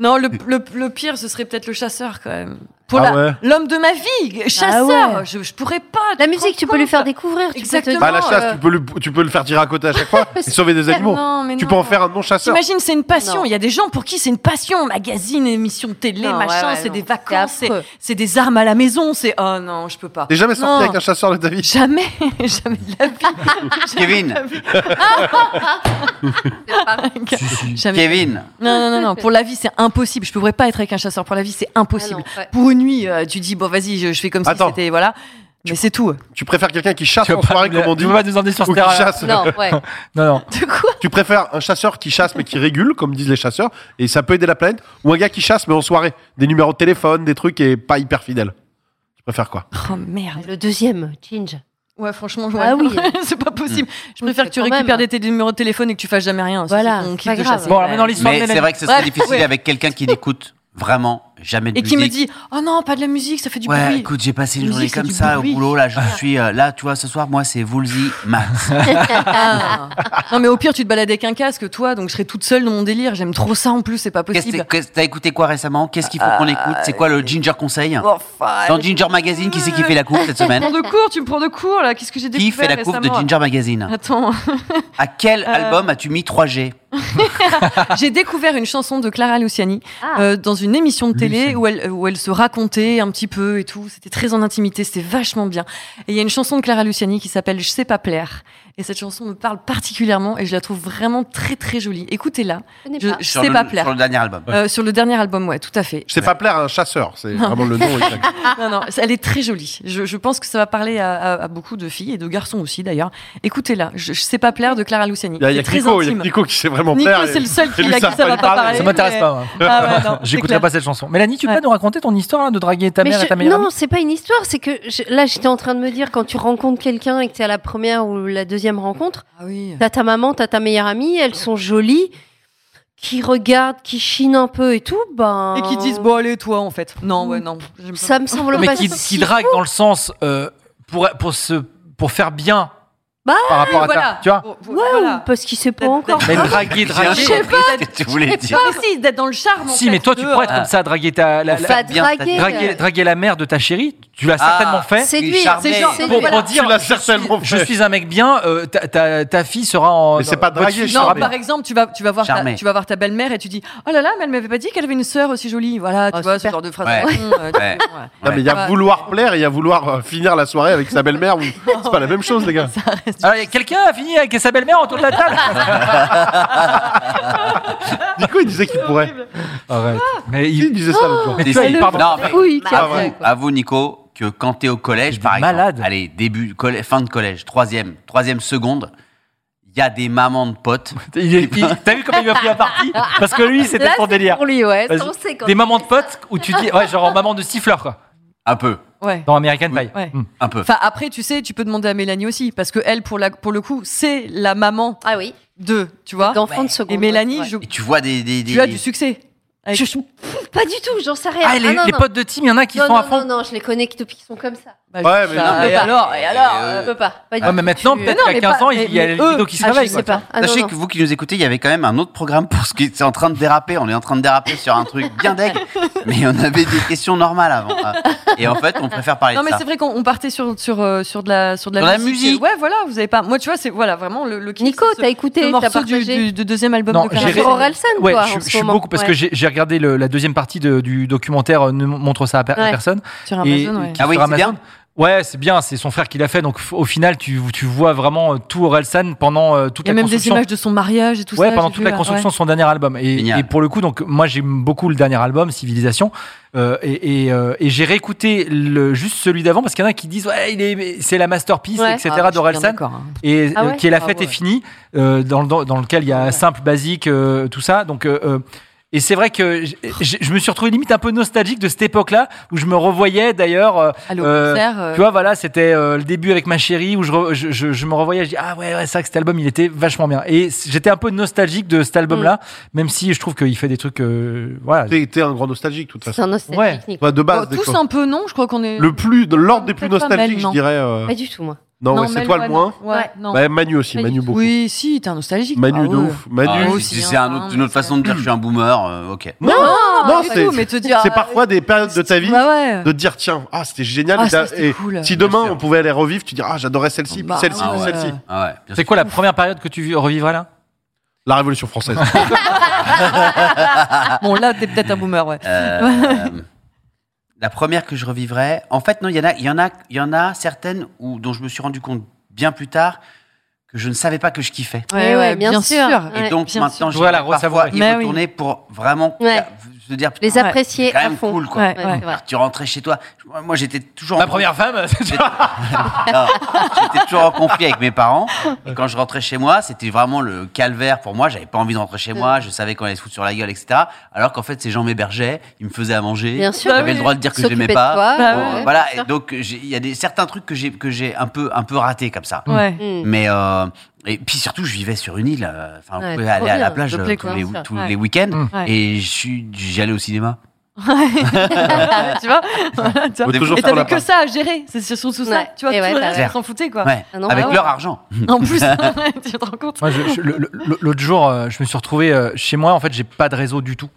Speaker 2: Non, le, le, le pire, ce serait peut-être le chasseur quand même. Pour
Speaker 3: Ah
Speaker 2: la-
Speaker 3: ouais.
Speaker 2: l'homme de ma vie, chasseur,
Speaker 7: Ah ouais.
Speaker 2: je, je pourrais pas.
Speaker 7: La
Speaker 2: tu
Speaker 7: musique,
Speaker 2: te
Speaker 7: tu
Speaker 2: rends
Speaker 7: peux lui
Speaker 2: compte
Speaker 7: faire découvrir. tu peux te
Speaker 2: Exactement.
Speaker 3: <laughs>
Speaker 7: dire,
Speaker 3: Bah, la chasse,
Speaker 7: euh,
Speaker 3: tu peux, le, tu peux le faire tirer à côté à chaque fois et sauver des animaux.
Speaker 2: Non, mais
Speaker 3: Tu
Speaker 2: non.
Speaker 3: peux en faire un non-chasseur.
Speaker 2: T'imagines, c'est une passion.
Speaker 7: Non.
Speaker 2: Il y a des gens pour qui c'est une passion. Magazine, émission de télé,
Speaker 7: Non, ouais,
Speaker 2: machin,
Speaker 7: ouais,
Speaker 2: c'est
Speaker 7: non.
Speaker 2: des
Speaker 7: C'est
Speaker 2: vacances, c'est-
Speaker 7: affreux.
Speaker 2: c'est des armes à la maison. C'est oh non, je peux pas.
Speaker 3: T'es jamais sorti
Speaker 2: Non.
Speaker 3: avec un chasseur de ta vie.
Speaker 2: Jamais, <laughs> jamais de la vie.
Speaker 6: Kevin,
Speaker 2: Jamais.
Speaker 6: Kevin,
Speaker 2: Non, non, non, non. Pour la vie, c'est impossible. Je pourrais pas être avec un chasseur. Pour la vie, c'est impossible.
Speaker 7: Ah non, ouais.
Speaker 2: Pour une nuit, euh, tu dis bon, vas-y, je, je fais comme
Speaker 3: Attends.
Speaker 2: si c'était voilà. Mais c'est tout.
Speaker 3: Tu préfères quelqu'un qui chasse
Speaker 4: Tu vas
Speaker 3: en soirée, comme on
Speaker 4: pas,
Speaker 3: dit,
Speaker 4: tu vas pas nous emmener sur
Speaker 3: ou
Speaker 4: ce
Speaker 3: qui
Speaker 4: terrain.
Speaker 3: chasse
Speaker 7: Non, ouais.
Speaker 4: Non, non.
Speaker 2: De quoi
Speaker 3: Tu préfères un chasseur qui chasse mais qui régule, comme disent les chasseurs, et ça peut aider la planète, ou un gars qui chasse mais en soirée, des numéros de téléphone, des trucs et pas hyper fidèle. Tu préfères quoi
Speaker 2: Oh <laughs> merde.
Speaker 7: Le deuxième, Ginge.
Speaker 2: Ouais, franchement, ouais.
Speaker 7: Ah oui.
Speaker 2: <laughs> c'est pas possible.
Speaker 6: Hmm.
Speaker 2: Je
Speaker 7: Oui,
Speaker 2: préfère
Speaker 7: c'est
Speaker 2: que tu
Speaker 7: quand même.
Speaker 2: récupères des tes numéros de téléphone et que tu fasses jamais rien. Ça,
Speaker 7: Voilà,
Speaker 2: c'est ton
Speaker 7: c'est
Speaker 2: kiff
Speaker 7: pas
Speaker 2: de
Speaker 7: grave.
Speaker 2: chasser.
Speaker 4: Bon, alors maintenant
Speaker 2: Ouais.
Speaker 4: l'histoire de
Speaker 6: mais c'est
Speaker 4: Mélanie.
Speaker 6: vrai que ce serait
Speaker 2: Ouais.
Speaker 6: difficile avec quelqu'un qui n'écoute vraiment jamais de
Speaker 2: Et qui me
Speaker 6: musique.
Speaker 2: dit Oh non, pas de la musique, ça fait du
Speaker 6: ouais,
Speaker 2: bruit.
Speaker 6: écoute, j'ai passé une
Speaker 2: Musique,
Speaker 6: journée
Speaker 2: c'est
Speaker 6: comme
Speaker 2: du
Speaker 6: ça
Speaker 2: bruit.
Speaker 6: au boulot. Là, je suis euh, là, tu vois, ce soir, moi, c'est Woolsey Max.
Speaker 2: Ah. <laughs> non, mais au pire, tu te balades avec un casque, toi, donc je serais toute seule dans mon délire. J'aime trop ça en plus, c'est pas
Speaker 6: Qu'est-ce
Speaker 2: <laughs> possible.
Speaker 6: que- qu'est-ce- T'as écouté quoi récemment Qu'est-ce qu'il faut qu'on écoute C'est quoi le Ginger Conseil
Speaker 2: Bon, enfin,
Speaker 6: Dans Ginger Magazine, qui c'est qui fait la coupe cette
Speaker 2: Tu me
Speaker 6: semaine
Speaker 2: prends de cours, tu me prends de cours là. Qu'est-ce que <laughs> j'ai
Speaker 6: Qui
Speaker 2: découvert
Speaker 6: fait la coupe de
Speaker 2: récemment Euh,
Speaker 6: Ginger Magazine
Speaker 2: Attends,
Speaker 6: À quel album as-tu mis 3G
Speaker 2: j'ai découvert une chanson de Clara Luciani
Speaker 7: Ah.
Speaker 2: euh, dans une émission de télé
Speaker 4: Luciani.
Speaker 2: où elle, où elle se racontait un petit peu et tout. C'était très en intimité, c'était vachement bien. Et il y a une chanson de Clara Luciani qui s'appelle Je sais pas plaire. Et cette chanson me parle particulièrement et je la trouve vraiment très très jolie. Écoutez-la,
Speaker 7: Je connais
Speaker 2: je,
Speaker 7: pas.
Speaker 2: je
Speaker 6: Sur
Speaker 2: sais
Speaker 6: le-
Speaker 2: pas plaire.
Speaker 6: Sur le dernier album.
Speaker 2: Euh, sur le dernier album, ouais, tout à fait.
Speaker 3: Je sais pas plaire à un chasseur, c'est vraiment le nom exact.
Speaker 2: <laughs> Non, non, elle est très jolie. Je, je pense que ça va parler à, à- à beaucoup de filles et de garçons aussi d'ailleurs. Écoutez-la, je, je sais pas plaire de Clara Luciani.
Speaker 3: Il y a, il y a
Speaker 2: C'est très
Speaker 3: Nico, il y a
Speaker 2: intime.
Speaker 3: Nico qui sait vraiment
Speaker 2: Nico,
Speaker 3: plaire. et-
Speaker 2: c'est le seul qui
Speaker 3: et lui,
Speaker 2: l'a dit,
Speaker 3: ça
Speaker 2: ça
Speaker 3: va
Speaker 2: va
Speaker 3: pas
Speaker 2: pas
Speaker 3: lui parler.
Speaker 2: parler.
Speaker 4: Ça m'intéresse
Speaker 2: mais-
Speaker 4: pas. moi.
Speaker 2: Ah ouais,
Speaker 4: <laughs>
Speaker 2: non, c'est
Speaker 4: J'écouterai
Speaker 2: clair.
Speaker 4: pas cette chanson. Mélanie, tu peux
Speaker 2: Ouais.
Speaker 4: nous raconter ton histoire là, de draguer ta
Speaker 7: Mais
Speaker 4: mère
Speaker 7: je-
Speaker 4: et ta meilleure
Speaker 7: non,
Speaker 4: amie
Speaker 7: c'est pas une histoire. C'est que je- là, j'étais en train de me dire quand tu rencontres quelqu'un et que t'es à la première ou la deuxième rencontre,
Speaker 2: Ah oui.
Speaker 7: t'as ta maman, t'as ta meilleure amie, elles sont jolies, qui regardent, qui chinent un peu et tout, ben.
Speaker 2: Et qui disent bon allez toi en fait. Non ouais non. j'aime pas.
Speaker 7: Ça me semble
Speaker 4: Mais
Speaker 7: pas
Speaker 4: qui,
Speaker 7: si-
Speaker 4: qui drague dans le sens euh, pour, pour, se, pour faire bien
Speaker 7: Bah,
Speaker 4: par rapport à
Speaker 2: voilà.
Speaker 4: ta. Tu vois
Speaker 2: Bon,
Speaker 7: Ouais,
Speaker 2: voilà.
Speaker 7: ou parce qu'il sait pas encore.
Speaker 4: Mais draguer, draguer.
Speaker 2: Je sais pas.
Speaker 6: ce que tu voulais dire.
Speaker 2: Mais si d'être dans le charme. en
Speaker 4: Si,
Speaker 2: fait,
Speaker 4: mais toi, tu
Speaker 2: de- euh,
Speaker 4: pourrais être
Speaker 6: Ah.
Speaker 4: comme ça, draguer ta. la- la-
Speaker 7: Pas
Speaker 6: bien, t'as-
Speaker 7: draguer.
Speaker 4: draguer,
Speaker 7: euh,
Speaker 4: draguer la mère de ta chérie, tu l'as
Speaker 6: Ah.
Speaker 4: certainement fait.
Speaker 7: Séduire.
Speaker 6: charmer.
Speaker 2: C'est genre-
Speaker 7: séduire.
Speaker 4: Pour,
Speaker 2: Voilà.
Speaker 4: pour dire,
Speaker 3: Tu l'as
Speaker 4: je
Speaker 3: certainement
Speaker 4: suis, je
Speaker 3: fait.
Speaker 4: suis un mec bien, euh, ta, ta- ta fille sera en.
Speaker 3: Mais c'est pas
Speaker 4: votre
Speaker 3: draguer,
Speaker 4: fille-
Speaker 2: Non,
Speaker 3: charmer.
Speaker 2: par exemple, tu vas, tu vas voir, ta,
Speaker 6: Charmer.
Speaker 2: tu vas voir ta belle-mère et tu dis, oh là là, mais elle m'avait pas dit qu'elle avait une sœur aussi jolie. Voilà, tu
Speaker 7: Ah,
Speaker 2: vois
Speaker 7: super.
Speaker 2: ce genre de phrase.
Speaker 6: Ouais.
Speaker 2: Mmh, euh, tu-
Speaker 6: Ouais.
Speaker 2: <laughs> ouais.
Speaker 3: Non, mais il y a
Speaker 2: Ouais.
Speaker 3: vouloir plaire et il y a vouloir euh, finir la soirée avec sa
Speaker 2: <laughs>
Speaker 3: belle-mère. ou- C'est pas la même chose, les gars.
Speaker 4: Alors, y a Ah, quelqu'un a fini avec sa belle-mère autour de la table <laughs>
Speaker 3: Nico, il disait qu'il pourrait.
Speaker 4: Arrête.
Speaker 7: Ah.
Speaker 4: Mais il
Speaker 3: Il disait ça l'autre jour.
Speaker 4: Mais
Speaker 6: Des-
Speaker 4: tu vois, il
Speaker 6: Non,
Speaker 4: part dans-
Speaker 6: mais-
Speaker 7: Oui,
Speaker 2: Bah,
Speaker 7: qui
Speaker 3: Ah,
Speaker 7: après,
Speaker 3: ouais.
Speaker 7: quoi.
Speaker 6: Avoue, Nico, que quand t'es au collège,
Speaker 4: T'es
Speaker 6: par exemple,
Speaker 4: malade.
Speaker 6: allez, début, collè- fin de collège, troisième, troisième seconde, il y a des mamans de potes.
Speaker 4: il est- il- T'as vu comment il m'a pris à partie Parce que lui, c'était
Speaker 7: Là,
Speaker 4: son
Speaker 7: c'est
Speaker 4: délire.
Speaker 7: Pour lui, ouais.
Speaker 4: Vas-y.
Speaker 7: ça, on sait quand
Speaker 4: Des mamans de potes où tu dis. Ouais, genre maman de siffleur, quoi.
Speaker 6: Un peu,
Speaker 2: Ouais.
Speaker 4: Dans American Pie.
Speaker 2: Ouais.
Speaker 4: Hmm.
Speaker 6: un peu.
Speaker 2: Enfin après, tu sais, tu peux demander à Mélanie aussi parce que elle, pour la, pour le coup, c'est la maman
Speaker 7: Ah oui,
Speaker 2: de, tu vois.
Speaker 7: d'enfant de seconde.
Speaker 2: Et Mélanie,
Speaker 7: ouais.
Speaker 2: je-
Speaker 6: Et tu vois des. des, des-
Speaker 2: tu as du succès. Avec-
Speaker 7: Je- je- pff, pas du tout, j'en sais rien.
Speaker 4: Ah, les,
Speaker 7: non,
Speaker 4: les
Speaker 7: non.
Speaker 4: potes de team, il y en a qui
Speaker 7: non,
Speaker 4: sont
Speaker 7: non,
Speaker 4: à fond.
Speaker 7: non, non, je les connais qui qui sont comme ça.
Speaker 2: Bah,
Speaker 3: Ouais, mais
Speaker 2: ça-
Speaker 3: non,
Speaker 7: mais
Speaker 2: et
Speaker 7: pas-
Speaker 2: alors, et alors.
Speaker 7: Je peux pas. pas du
Speaker 4: Ouais, Ah, mais
Speaker 7: tout.
Speaker 4: maintenant,
Speaker 7: Je-
Speaker 4: peut-être
Speaker 2: non,
Speaker 4: qu'à
Speaker 2: mais
Speaker 4: 15
Speaker 2: pas-
Speaker 4: ans, il
Speaker 2: mais-
Speaker 4: y a
Speaker 2: mais
Speaker 4: le
Speaker 2: eux-
Speaker 4: libido qui se
Speaker 7: Ah,
Speaker 4: réveille.
Speaker 7: je
Speaker 4: quoi.
Speaker 7: sais pas. Ah, non,
Speaker 6: Sachez
Speaker 7: non.
Speaker 6: que vous qui nous écoutez, il y avait quand même un autre programme pour ce qui c'est en train de déraper. On est en train de déraper sur un truc bien deg, mais on avait des questions normales avant. Ah. Et en fait, on préfère parler
Speaker 2: Non
Speaker 6: de
Speaker 2: mais
Speaker 6: ça.
Speaker 2: c'est vrai qu'on on partait sur sur euh, sur de la sur de la,
Speaker 6: Sur la musique.
Speaker 2: Ouais voilà, vous avez pas. Moi tu vois c'est voilà vraiment le, le kiff,
Speaker 7: Nico,
Speaker 2: c'est ce-
Speaker 7: t'as
Speaker 2: ce
Speaker 7: écouté, t'as
Speaker 2: morceau du,
Speaker 7: partagé.
Speaker 2: du- du deuxième album
Speaker 4: Non,
Speaker 2: de
Speaker 4: j'ai-
Speaker 7: Sur
Speaker 2: Clara.
Speaker 7: Orelsan,
Speaker 4: Ouais,
Speaker 7: quoi.
Speaker 4: je,
Speaker 7: en
Speaker 4: je
Speaker 7: ce
Speaker 4: suis
Speaker 7: moment.
Speaker 4: beaucoup parce
Speaker 7: Ouais.
Speaker 4: que j'ai j'ai regardé le- la deuxième partie de- du documentaire euh, Ne montre ça à, per- à
Speaker 7: Ouais.
Speaker 4: personne.
Speaker 2: Sur
Speaker 4: Et-
Speaker 2: Amazon. ouais.
Speaker 4: qui-
Speaker 6: Ah oui,
Speaker 4: sur
Speaker 6: c'est
Speaker 4: Amazon.
Speaker 6: bien.
Speaker 4: Ouais, c'est bien, c'est son frère qui l'a fait. Donc f- au final, tu, tu vois vraiment euh, tout Orelsan pendant euh, toute
Speaker 2: Il y a
Speaker 4: la
Speaker 2: même des
Speaker 4: construction.
Speaker 2: images de son mariage et tout
Speaker 4: ouais,
Speaker 2: ça.
Speaker 4: pendant
Speaker 2: j'ai
Speaker 4: toute
Speaker 2: vu,
Speaker 4: la
Speaker 2: ouais.
Speaker 4: construction de son dernier album. Et,
Speaker 6: Génial.
Speaker 4: et pour le coup, donc moi j'aime beaucoup le dernier album, Civilisation. Euh, et et, euh, et j'ai réécouté le, juste celui d'avant parce qu'il y en a qui disent ouais, il est- c'est la masterpiece,
Speaker 7: Ouais.
Speaker 2: Ah,
Speaker 4: etc.
Speaker 2: je suis bien
Speaker 4: d'Orelsan.
Speaker 2: d'accord, hein.
Speaker 4: et
Speaker 7: Ah
Speaker 4: euh,
Speaker 7: ouais
Speaker 4: qui est la
Speaker 2: Ah
Speaker 4: fête
Speaker 2: ouais. Ah
Speaker 4: est finie euh, dans, le- dans, dans lequel il y a
Speaker 2: Ouais.
Speaker 4: simple basique euh, tout ça donc euh, euh, et c'est vrai que j- j- je me suis retrouvé limite un peu nostalgique de cette époque-là où je me revoyais d'ailleurs euh,
Speaker 2: Aller au
Speaker 4: euh,
Speaker 2: concert, euh,
Speaker 4: tu vois voilà c'était euh, le début avec ma chérie où je, re- je, je- je me revoyais je dis ah ouais, ouais c'est vrai que cet album il était vachement bien et c- j'étais un peu nostalgique de cet album-là
Speaker 7: Mm.
Speaker 4: même si je trouve qu'il fait des trucs euh, voilà
Speaker 3: T'es t'es un grand nostalgique, de toute
Speaker 7: C'est
Speaker 3: façon.
Speaker 7: un nostalgique,
Speaker 4: Ouais.
Speaker 7: Nico.
Speaker 3: Toi, de
Speaker 2: bon,
Speaker 3: base, des
Speaker 2: tous
Speaker 3: fois.
Speaker 2: un peu non, je crois qu'on est.
Speaker 3: Le plus, de l'ordre des plus
Speaker 2: Peut-être pas
Speaker 3: nostalgiques,
Speaker 2: Mel,
Speaker 3: je
Speaker 2: non.
Speaker 3: dirais. euh,
Speaker 7: Pas du tout, moi.
Speaker 3: Non, ouais, c'est
Speaker 2: Mel,
Speaker 3: toi le
Speaker 2: ouais,
Speaker 3: moins.
Speaker 2: non. Ouais,
Speaker 7: Ouais.
Speaker 2: non.
Speaker 3: Bah, Manu aussi,
Speaker 2: Manu,
Speaker 3: Manu beaucoup.
Speaker 2: Oui, si, t'es un nostalgique.
Speaker 3: Manu
Speaker 2: Ah
Speaker 3: de
Speaker 2: ouais.
Speaker 3: ouf. Manu,
Speaker 6: Ah,
Speaker 2: Moi aussi,
Speaker 6: si c'est un
Speaker 2: hein,
Speaker 6: autre- une autre façon de dire je suis un boomer, euh, ok.
Speaker 3: Non, non,
Speaker 2: pas du
Speaker 3: c'est-
Speaker 2: tout, mais te dire,
Speaker 3: c'est
Speaker 2: euh,
Speaker 3: parfois des périodes de ta
Speaker 4: Ah
Speaker 3: vie
Speaker 2: Bah ouais.
Speaker 3: de te dire tiens, ah c'était génial.
Speaker 2: Ah,
Speaker 3: et
Speaker 2: ça,
Speaker 3: d'a-
Speaker 2: c'était
Speaker 3: et
Speaker 2: cool.
Speaker 3: si demain
Speaker 6: Bien sûr.
Speaker 3: on pouvait les revivre, tu diras ah j'adorais celle-ci,
Speaker 2: Bah,
Speaker 3: puis celle-ci,
Speaker 2: ah
Speaker 3: puis
Speaker 6: ouais.
Speaker 3: celle-ci.
Speaker 6: Ah ouais, bien
Speaker 4: c'est
Speaker 6: sûr.
Speaker 4: quoi la première période que tu vis- revivrais là
Speaker 3: La Révolution française.
Speaker 2: Bon là, t'es peut-être un boomer, ouais.
Speaker 6: Euh, la première que je revivrais, en fait, non, il y en a, il y en a, il y en a certaines où, dont je me suis rendu compte bien plus tard que je ne savais pas que je kiffais.
Speaker 7: Ouais, ouais, bien sûr.
Speaker 6: Et
Speaker 7: Ouais,
Speaker 6: donc
Speaker 2: bien
Speaker 6: maintenant,
Speaker 2: sûr.
Speaker 6: je
Speaker 4: Voilà,
Speaker 6: vais parfois
Speaker 4: resavourer.
Speaker 6: y
Speaker 2: Mais oui.
Speaker 6: retourner pour vraiment
Speaker 7: Ouais.
Speaker 6: se dire
Speaker 7: Les
Speaker 6: putain,
Speaker 7: apprécier
Speaker 6: c'est quand
Speaker 7: à
Speaker 6: même
Speaker 7: fond.
Speaker 6: cool, quoi.
Speaker 2: Ouais,
Speaker 7: Ouais,
Speaker 2: ouais.
Speaker 7: c'est vrai.
Speaker 6: Tu rentrais chez toi. Moi, j'étais toujours
Speaker 4: ma
Speaker 6: en-
Speaker 4: première <laughs> femme
Speaker 6: J'étais Non, j'étais toujours en conflit avec mes parents. Et quand je rentrais chez moi, c'était vraiment le calvaire pour moi. J'avais pas envie de rentrer chez moi. Je savais qu'on allait se foutre sur la gueule, etc. Alors qu'en fait, ces gens m'hébergeaient. Ils me faisaient à manger.
Speaker 7: Bien sûr.
Speaker 6: J'avais
Speaker 2: Bah oui.
Speaker 6: le droit de dire que je
Speaker 7: S'occuper
Speaker 6: l'aimais
Speaker 7: de
Speaker 6: pas.
Speaker 7: toi.
Speaker 2: Bah
Speaker 6: Bon,
Speaker 2: ouais, ouais,
Speaker 6: voilà.
Speaker 7: bien sûr.
Speaker 6: Et donc, j'ai- il y a des, certains trucs que j'ai, que j'ai un peu, un peu raté comme ça.
Speaker 2: Ouais.
Speaker 7: Mm.
Speaker 6: Mais euh, et puis surtout, je vivais sur une île. euh, Enfin,
Speaker 7: Ouais,
Speaker 6: on pouvait
Speaker 7: trop
Speaker 6: aller à
Speaker 7: bien,
Speaker 6: la plage
Speaker 2: s'il te
Speaker 6: euh,
Speaker 2: plaît,
Speaker 6: tous
Speaker 2: quoi,
Speaker 6: les,
Speaker 7: bien sûr.
Speaker 6: tous
Speaker 2: Ouais.
Speaker 6: les week-ends.
Speaker 2: Ouais.
Speaker 6: Et je suis- j'allais au cinéma.
Speaker 2: tu vois, Voilà, tu vois.
Speaker 3: Faut toujours
Speaker 2: Et
Speaker 3: faire
Speaker 2: t'avais
Speaker 3: la
Speaker 2: que
Speaker 3: part.
Speaker 2: ça à gérer, c'est sur- surtout ça.
Speaker 7: Ouais.
Speaker 2: Tu vois,
Speaker 7: Et
Speaker 2: tout
Speaker 7: ouais,
Speaker 2: le
Speaker 7: t'as
Speaker 2: reste,
Speaker 6: raison.
Speaker 2: ils s'en foutaient, quoi.
Speaker 6: Ouais,
Speaker 7: Ah non,
Speaker 6: avec
Speaker 7: bah ouais.
Speaker 6: leur argent.
Speaker 2: En plus, tu te rends compte.
Speaker 4: Moi, je- je- le- le- l'autre jour, euh, je me suis retrouvé euh, chez moi. En fait, j'ai pas de réseau du tout.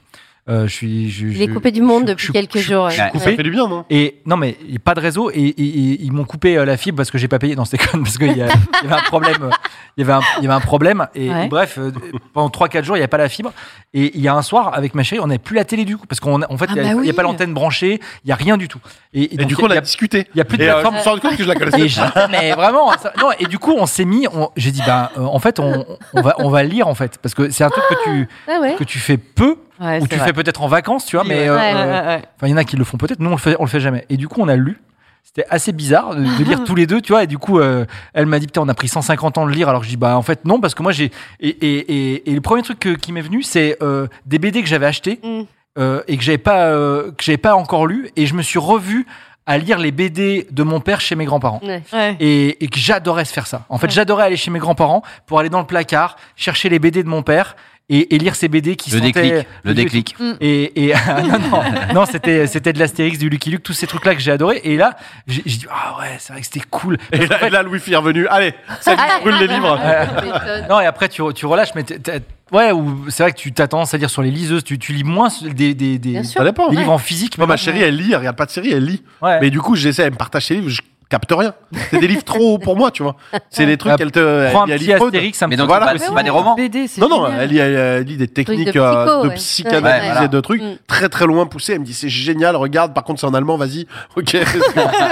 Speaker 4: Euh, je suis. je-
Speaker 7: Il est
Speaker 4: je-
Speaker 7: coupé du monde
Speaker 4: je-
Speaker 7: depuis
Speaker 4: je-
Speaker 7: quelques
Speaker 4: je-
Speaker 7: jours,
Speaker 4: Je suis
Speaker 6: ouais.
Speaker 3: Ça
Speaker 4: coupé.
Speaker 3: fait du bien, non
Speaker 4: Et non, mais il y a pas de réseau. Et, et- et- ils m'ont coupé euh, la fibre parce que j'ai pas payé dans ces <laughs> connes parce qu'il y, a- il y avait un problème. euh, Il y avait un, il y avait un problème. Et
Speaker 2: Ouais.
Speaker 4: bref, euh, pendant 3-4 jours, il n'y a pas la fibre. Et il y a un soir, avec ma chérie, on n'avait plus la télé du coup parce qu'en fait,
Speaker 2: Ah
Speaker 4: il
Speaker 2: bah
Speaker 4: n'y a, il y a
Speaker 2: oui.
Speaker 4: pas l'antenne branchée, il n'y a rien du tout. Et, et
Speaker 3: Et
Speaker 4: donc,
Speaker 3: du
Speaker 4: il y
Speaker 3: coup, on
Speaker 4: a-
Speaker 3: a discuté.
Speaker 4: il y a plus de
Speaker 3: Et, euh,
Speaker 4: plateforme.
Speaker 3: je me suis rendu compte que je la connaissais.
Speaker 4: et j'ai- <laughs> mais vraiment, ça- non, et du coup, on s'est mis, on- j'ai dit, ben, euh, en fait, on, on va, on va lire, en fait, parce que c'est un truc que tu,
Speaker 7: Ah ouais.
Speaker 4: que tu fais peu,
Speaker 2: Ouais,
Speaker 4: ou
Speaker 2: c'est
Speaker 4: tu
Speaker 2: vrai.
Speaker 4: fais peut-être en vacances, tu vois,
Speaker 2: Ouais,
Speaker 4: mais euh,
Speaker 2: ouais,
Speaker 4: euh,
Speaker 2: ouais, ouais.
Speaker 4: enfin, il y en a qui le font peut-être, nous, on le fait, on le fait jamais. Et du coup, on a lu. C'était assez bizarre de, de lire tous les deux, tu vois. Et du coup, euh, elle m'a dit, putain, on a pris 150 ans de lire. Alors que je dis, bah, en fait, non, parce que moi, j'ai. Et, et, et, et le premier truc que- qui m'est venu, c'est euh, des BD que j'avais acheté
Speaker 7: Mm.
Speaker 4: euh, et que j'avais pas, euh, que j'avais pas encore lu. Et je me suis revu à lire les BD de mon père chez mes grands-parents
Speaker 7: Ouais.
Speaker 2: Ouais.
Speaker 4: et, et que j'adorais se faire ça. En fait,
Speaker 2: Ouais.
Speaker 4: j'adorais aller chez mes grands-parents pour aller dans le placard, chercher les BD de mon père et, et lire ces BD qui
Speaker 6: Le
Speaker 4: sentaient-
Speaker 6: déclic, le déclic.
Speaker 4: Mm. Et, <laughs> et- non, non, non, c'était c'était de l'Astérix, du Lucky Luke, tous ces trucs-là que j'ai adoré. Et là, j'ai j'ai dit ah ouais, c'est vrai que c'était cool.
Speaker 3: Et là, et là, Louis Fille est revenu. Allez, ça
Speaker 7: Allez.
Speaker 3: brûle les livres.
Speaker 4: Euh, Non, et après, tu, re- tu relâches, mais t'es- t'es- ouais, ou c'est vrai que tu t'attends à dire sur les liseuses, tu, tu lis moins des, des, des,
Speaker 7: Bien
Speaker 4: des
Speaker 7: sûr.
Speaker 3: Ça dépend.
Speaker 4: livres en physique.
Speaker 3: Moi,
Speaker 4: mais
Speaker 3: ma chérie, elle lit, elle regarde pas de série, elle lit.
Speaker 4: ouais.
Speaker 3: Mais du coup, j'essaie, elle me partage ses livres, je capte rien. C'est des livres trop hauts pour moi, tu vois. C'est des trucs
Speaker 4: Ah,
Speaker 3: qu'elle te.
Speaker 4: prends un
Speaker 3: elle- elle
Speaker 4: petit
Speaker 3: lit peu de-
Speaker 4: Astérix, un
Speaker 6: Mais
Speaker 4: petit
Speaker 6: donc,
Speaker 3: Voilà.
Speaker 6: c'est pas- c'est pas des romans.
Speaker 2: BD, c'est
Speaker 3: Non, non,
Speaker 2: génial.
Speaker 3: elle lit, elle- elle lit des techniques
Speaker 7: de
Speaker 3: euh, de,
Speaker 7: psycho, ouais.
Speaker 3: psychanalyse
Speaker 6: Ouais, voilà.
Speaker 3: et de trucs
Speaker 7: Mm.
Speaker 3: très très loin poussés. Elle me dit c'est génial, regarde, par contre c'est en allemand, vas-y. Ok. <laughs>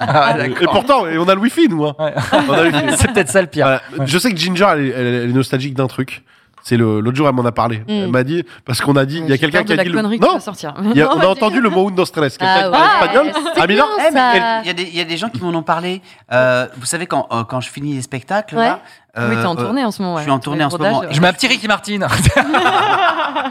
Speaker 4: Ah, d'accord.
Speaker 3: et pourtant, et on a le wifi nous. hein.
Speaker 4: Ouais.
Speaker 3: On a le wifi.
Speaker 4: c'est peut-être ça le pire.
Speaker 3: Voilà. Je sais que Ginger, elle, est- elle est- elle est nostalgique d'un truc. C'est le- l'autre jour, elle m'en a parlé.
Speaker 7: Mm.
Speaker 3: Elle m'a dit, parce qu'on a dit, il y a
Speaker 2: J'ai
Speaker 3: quelqu'un
Speaker 2: peur de
Speaker 3: qui a
Speaker 2: la
Speaker 3: dit. le-
Speaker 2: connerie qui
Speaker 3: Non,
Speaker 2: va sortir.
Speaker 3: il y
Speaker 7: <laughs>
Speaker 3: a- on a entendu le mot Unos Tres. Quelqu'un
Speaker 7: Ah
Speaker 3: qui parle
Speaker 7: ouais.
Speaker 3: espagnol.
Speaker 7: C'est
Speaker 3: à Milan.
Speaker 7: bien,
Speaker 3: Eh, mais elle-
Speaker 7: ça.
Speaker 6: Il y, a des- il y a des gens qui m'en ont parlé. Euh, vous savez, quand, euh, quand je finis les spectacles, là, euh,
Speaker 2: oui, t'es en
Speaker 6: euh,
Speaker 2: tournée en ce moment.
Speaker 6: je
Speaker 2: ouais.
Speaker 6: suis en
Speaker 2: Tu
Speaker 6: tournée
Speaker 2: fais
Speaker 6: en
Speaker 2: le
Speaker 6: ce moment.
Speaker 2: rodage.
Speaker 4: Je mets un petit Ricky Martin.
Speaker 6: <laughs>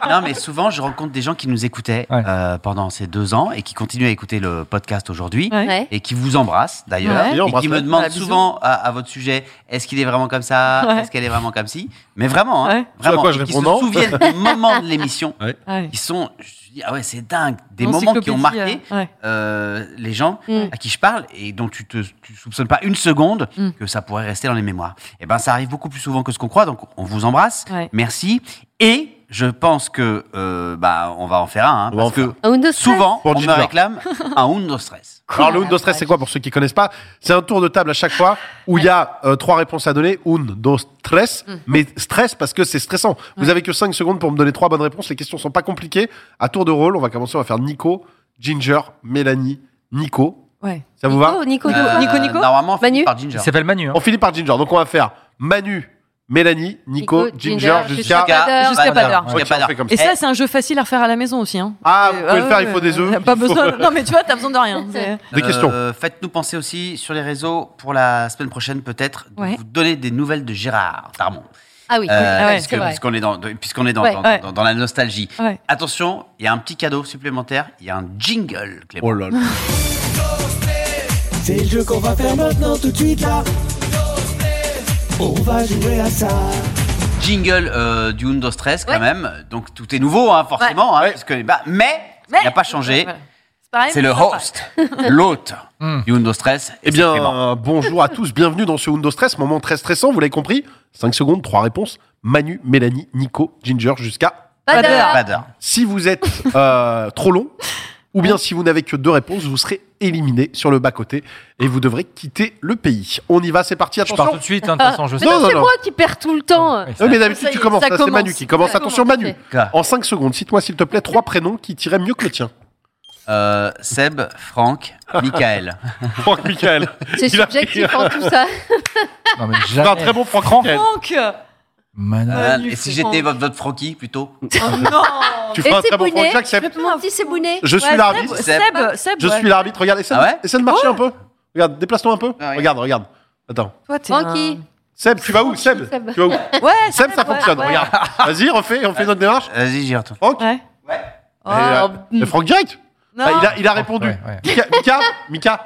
Speaker 6: Non, mais souvent, je rencontre des gens qui nous écoutaient
Speaker 4: Ouais.
Speaker 6: euh, pendant ces deux ans et qui continuent à écouter le podcast aujourd'hui.
Speaker 2: Ouais.
Speaker 7: Ouais.
Speaker 6: Et qui vous embrassent d'ailleurs,
Speaker 2: Ouais.
Speaker 3: Et
Speaker 6: et qui
Speaker 3: embrasse-la.
Speaker 6: me demandent
Speaker 2: Ouais, bisous.
Speaker 6: souvent à, à votre sujet est-ce qu'il est vraiment comme ça
Speaker 2: Ouais.
Speaker 6: Est-ce qu'elle est vraiment comme ci Mais vraiment, hein,
Speaker 2: Ouais.
Speaker 3: Ce à
Speaker 6: vraiment.
Speaker 3: quoi je
Speaker 6: et qui se
Speaker 3: réponds non.
Speaker 6: souviennent
Speaker 2: <laughs>
Speaker 6: des moments de l'émission
Speaker 2: Ouais.
Speaker 6: qui sont, je me dis, ah ouais, c'est dingue, des moments qui ont
Speaker 2: Encyclopédie,
Speaker 6: marqué
Speaker 2: euh, ouais.
Speaker 6: euh, les gens
Speaker 7: Mm.
Speaker 6: à qui je parle et dont tu te tu soupçonnes pas une seconde
Speaker 2: Mm.
Speaker 6: que ça pourrait rester dans les mémoires. Et ben ça arrive beaucoup plus souvent que ce qu'on croit, donc on vous embrasse,
Speaker 2: Ouais.
Speaker 6: merci. Et je pense que euh, bah on va en faire un hein,
Speaker 3: On va
Speaker 6: parce
Speaker 3: en
Speaker 6: que
Speaker 7: Un Windows
Speaker 6: souvent
Speaker 3: Pour
Speaker 6: on me
Speaker 3: Ginger.
Speaker 6: réclame
Speaker 2: <laughs>
Speaker 6: un undo stress.
Speaker 3: Alors, le Undo Stress, c'est quoi pour ceux qui connaissent pas C'est un tour de table à chaque fois où il y a euh, trois réponses à donner. Undo Stress, mais stress parce que c'est stressant. Vous avez que 5 secondes pour me donner trois bonnes réponses. Les questions sont pas compliquées. À tour de rôle, on va commencer. On va faire Nico, Ginger, Mélanie, Nico.
Speaker 2: Ouais.
Speaker 3: Ça vous va
Speaker 7: Nico, Nico, Nico.
Speaker 6: Euh,
Speaker 2: Nico, Nico
Speaker 6: Normalement on finit
Speaker 7: Manu
Speaker 6: par Ginger.
Speaker 4: <laughs> Il s'appelle Manu. hein.
Speaker 3: On finit par Ginger. Donc, on va faire Manu, Mélanie, Nico, Ginger, jusqu'à.
Speaker 7: pas d'heure.
Speaker 2: Jusqu'à pas d'heure.
Speaker 3: Ok,
Speaker 6: Jusqu'à pas
Speaker 3: on fait
Speaker 6: d'heure.
Speaker 3: comme ça.
Speaker 2: Et ça, c'est un jeu facile à refaire à la maison aussi. Hein.
Speaker 3: Ah,
Speaker 2: Euh,
Speaker 3: vous pouvez le faire, il faut
Speaker 2: ouais,
Speaker 3: des
Speaker 2: ouais,
Speaker 3: œufs.
Speaker 2: Pas
Speaker 3: il faut-
Speaker 2: besoin. Non, mais tu vois, t'as besoin de rien. C'est-
Speaker 3: <laughs> Des questions.
Speaker 6: Euh, Faites-nous penser aussi sur les réseaux pour la semaine prochaine peut-être de
Speaker 2: Ouais.
Speaker 6: vous donner des nouvelles de Gérard Darmon.
Speaker 7: Ah oui,
Speaker 6: Euh,
Speaker 2: ouais,
Speaker 6: puisque-
Speaker 7: c'est vrai.
Speaker 6: puisqu'on est dans, de- puisqu'on est dans,
Speaker 7: Ouais.
Speaker 6: dans-
Speaker 2: Ouais.
Speaker 6: dans- dans la nostalgie.
Speaker 2: Ouais.
Speaker 6: Attention, il y a un petit cadeau supplémentaire. Il y a un jingle, Clément.
Speaker 3: Oh là là.
Speaker 8: C'est le jeu qu'on va faire maintenant tout de suite là. On va jouer à ça.
Speaker 3: Oh.
Speaker 6: Jingle euh, du Undo Stress quand
Speaker 2: Ouais.
Speaker 6: même. Donc tout est nouveau, hein, forcément. hein, puisque- bah, mais,
Speaker 2: Mais-
Speaker 6: il n'a pas changé.
Speaker 2: Voilà. C'est pareil,
Speaker 6: C'est
Speaker 2: mais
Speaker 6: le
Speaker 2: sympa.
Speaker 6: host, l'hôte du Undo Stress. c'est
Speaker 3: Eh bien,
Speaker 6: Clément.
Speaker 3: euh, bonjour à tous, bienvenue dans ce Windows Stress, moment très stressant, vous l'avez compris. 5 secondes, 3 réponses. Manu, Mélanie, Nico, Ginger, jusqu'à...
Speaker 7: Pas
Speaker 3: euh,
Speaker 7: d'heure.
Speaker 6: Pas
Speaker 2: Ah.
Speaker 6: d'heure.
Speaker 3: Si vous êtes euh, trop long, ou bien si vous n'avez que deux réponses, vous serez éliminé sur le bas-côté et vous devrez quitter le pays. On y va, c'est parti,
Speaker 4: Je pars tout
Speaker 3: attention.
Speaker 4: de suite, hein, de toute façon, je sais.
Speaker 3: Non, non,
Speaker 7: C'est
Speaker 3: non.
Speaker 7: moi qui perds tout le <laughs> temps.
Speaker 4: Oui, ça-
Speaker 3: Oui, mais d'habitude,
Speaker 7: Ça y
Speaker 3: tu
Speaker 7: est,
Speaker 3: commences,
Speaker 7: ça
Speaker 3: là, c'est
Speaker 7: commence.
Speaker 3: Manu qui commence.
Speaker 7: Ça
Speaker 3: Attention,
Speaker 7: commence,
Speaker 3: Manu.
Speaker 7: ok.
Speaker 3: En 5 secondes, cite-moi s'il te plaît trois prénoms qui tiraient mieux que le tien.
Speaker 6: Euh, Seb, Franck, Michael.
Speaker 3: Franck Michael.
Speaker 7: C'est
Speaker 3: Il a-
Speaker 7: subjectif en tout <laughs> ça.
Speaker 4: Non, mais
Speaker 3: C'est
Speaker 4: jamais.
Speaker 3: un très bon Franck
Speaker 4: Franck.
Speaker 3: Michael.
Speaker 2: Franck
Speaker 4: Madame.
Speaker 6: Euh,
Speaker 2: Manu,
Speaker 6: et si
Speaker 2: Franck.
Speaker 6: j'étais votre, votre Francky plutôt
Speaker 2: Oh non
Speaker 3: Tu
Speaker 7: Et
Speaker 3: feras un
Speaker 7: c'est
Speaker 3: très bon Franck,
Speaker 7: Bounet.
Speaker 3: j'accepte.
Speaker 7: Mon petit Sébounet.
Speaker 3: Je suis
Speaker 2: Ouais,
Speaker 3: l'arbitre.
Speaker 2: Seb, Seb, Seb,
Speaker 3: Je
Speaker 2: ouais.
Speaker 3: suis l'arbitre, regarde, essaie,
Speaker 6: Ah ouais
Speaker 3: de- essaie de marcher un peu. Regarde, déplace-toi un peu.
Speaker 6: Ouais.
Speaker 3: Regarde, regarde. Attends.
Speaker 2: Toi, t'es
Speaker 7: Francky.
Speaker 3: Seb, tu vas où Seb,
Speaker 7: Seb.
Speaker 3: tu vas où
Speaker 2: un- Ouais,
Speaker 3: Seb, ça
Speaker 2: ouais,
Speaker 3: fonctionne,
Speaker 2: ouais.
Speaker 3: regarde. Vas-y, refais, on fait notre démarche.
Speaker 6: Vas-y, j'y retourne.
Speaker 3: Franck
Speaker 2: Ouais.
Speaker 3: Et, euh, mais Franck direct
Speaker 2: Non.
Speaker 3: Ah, il, a, il a répondu.
Speaker 4: Ouais, ouais.
Speaker 3: Mika, Mika, Mika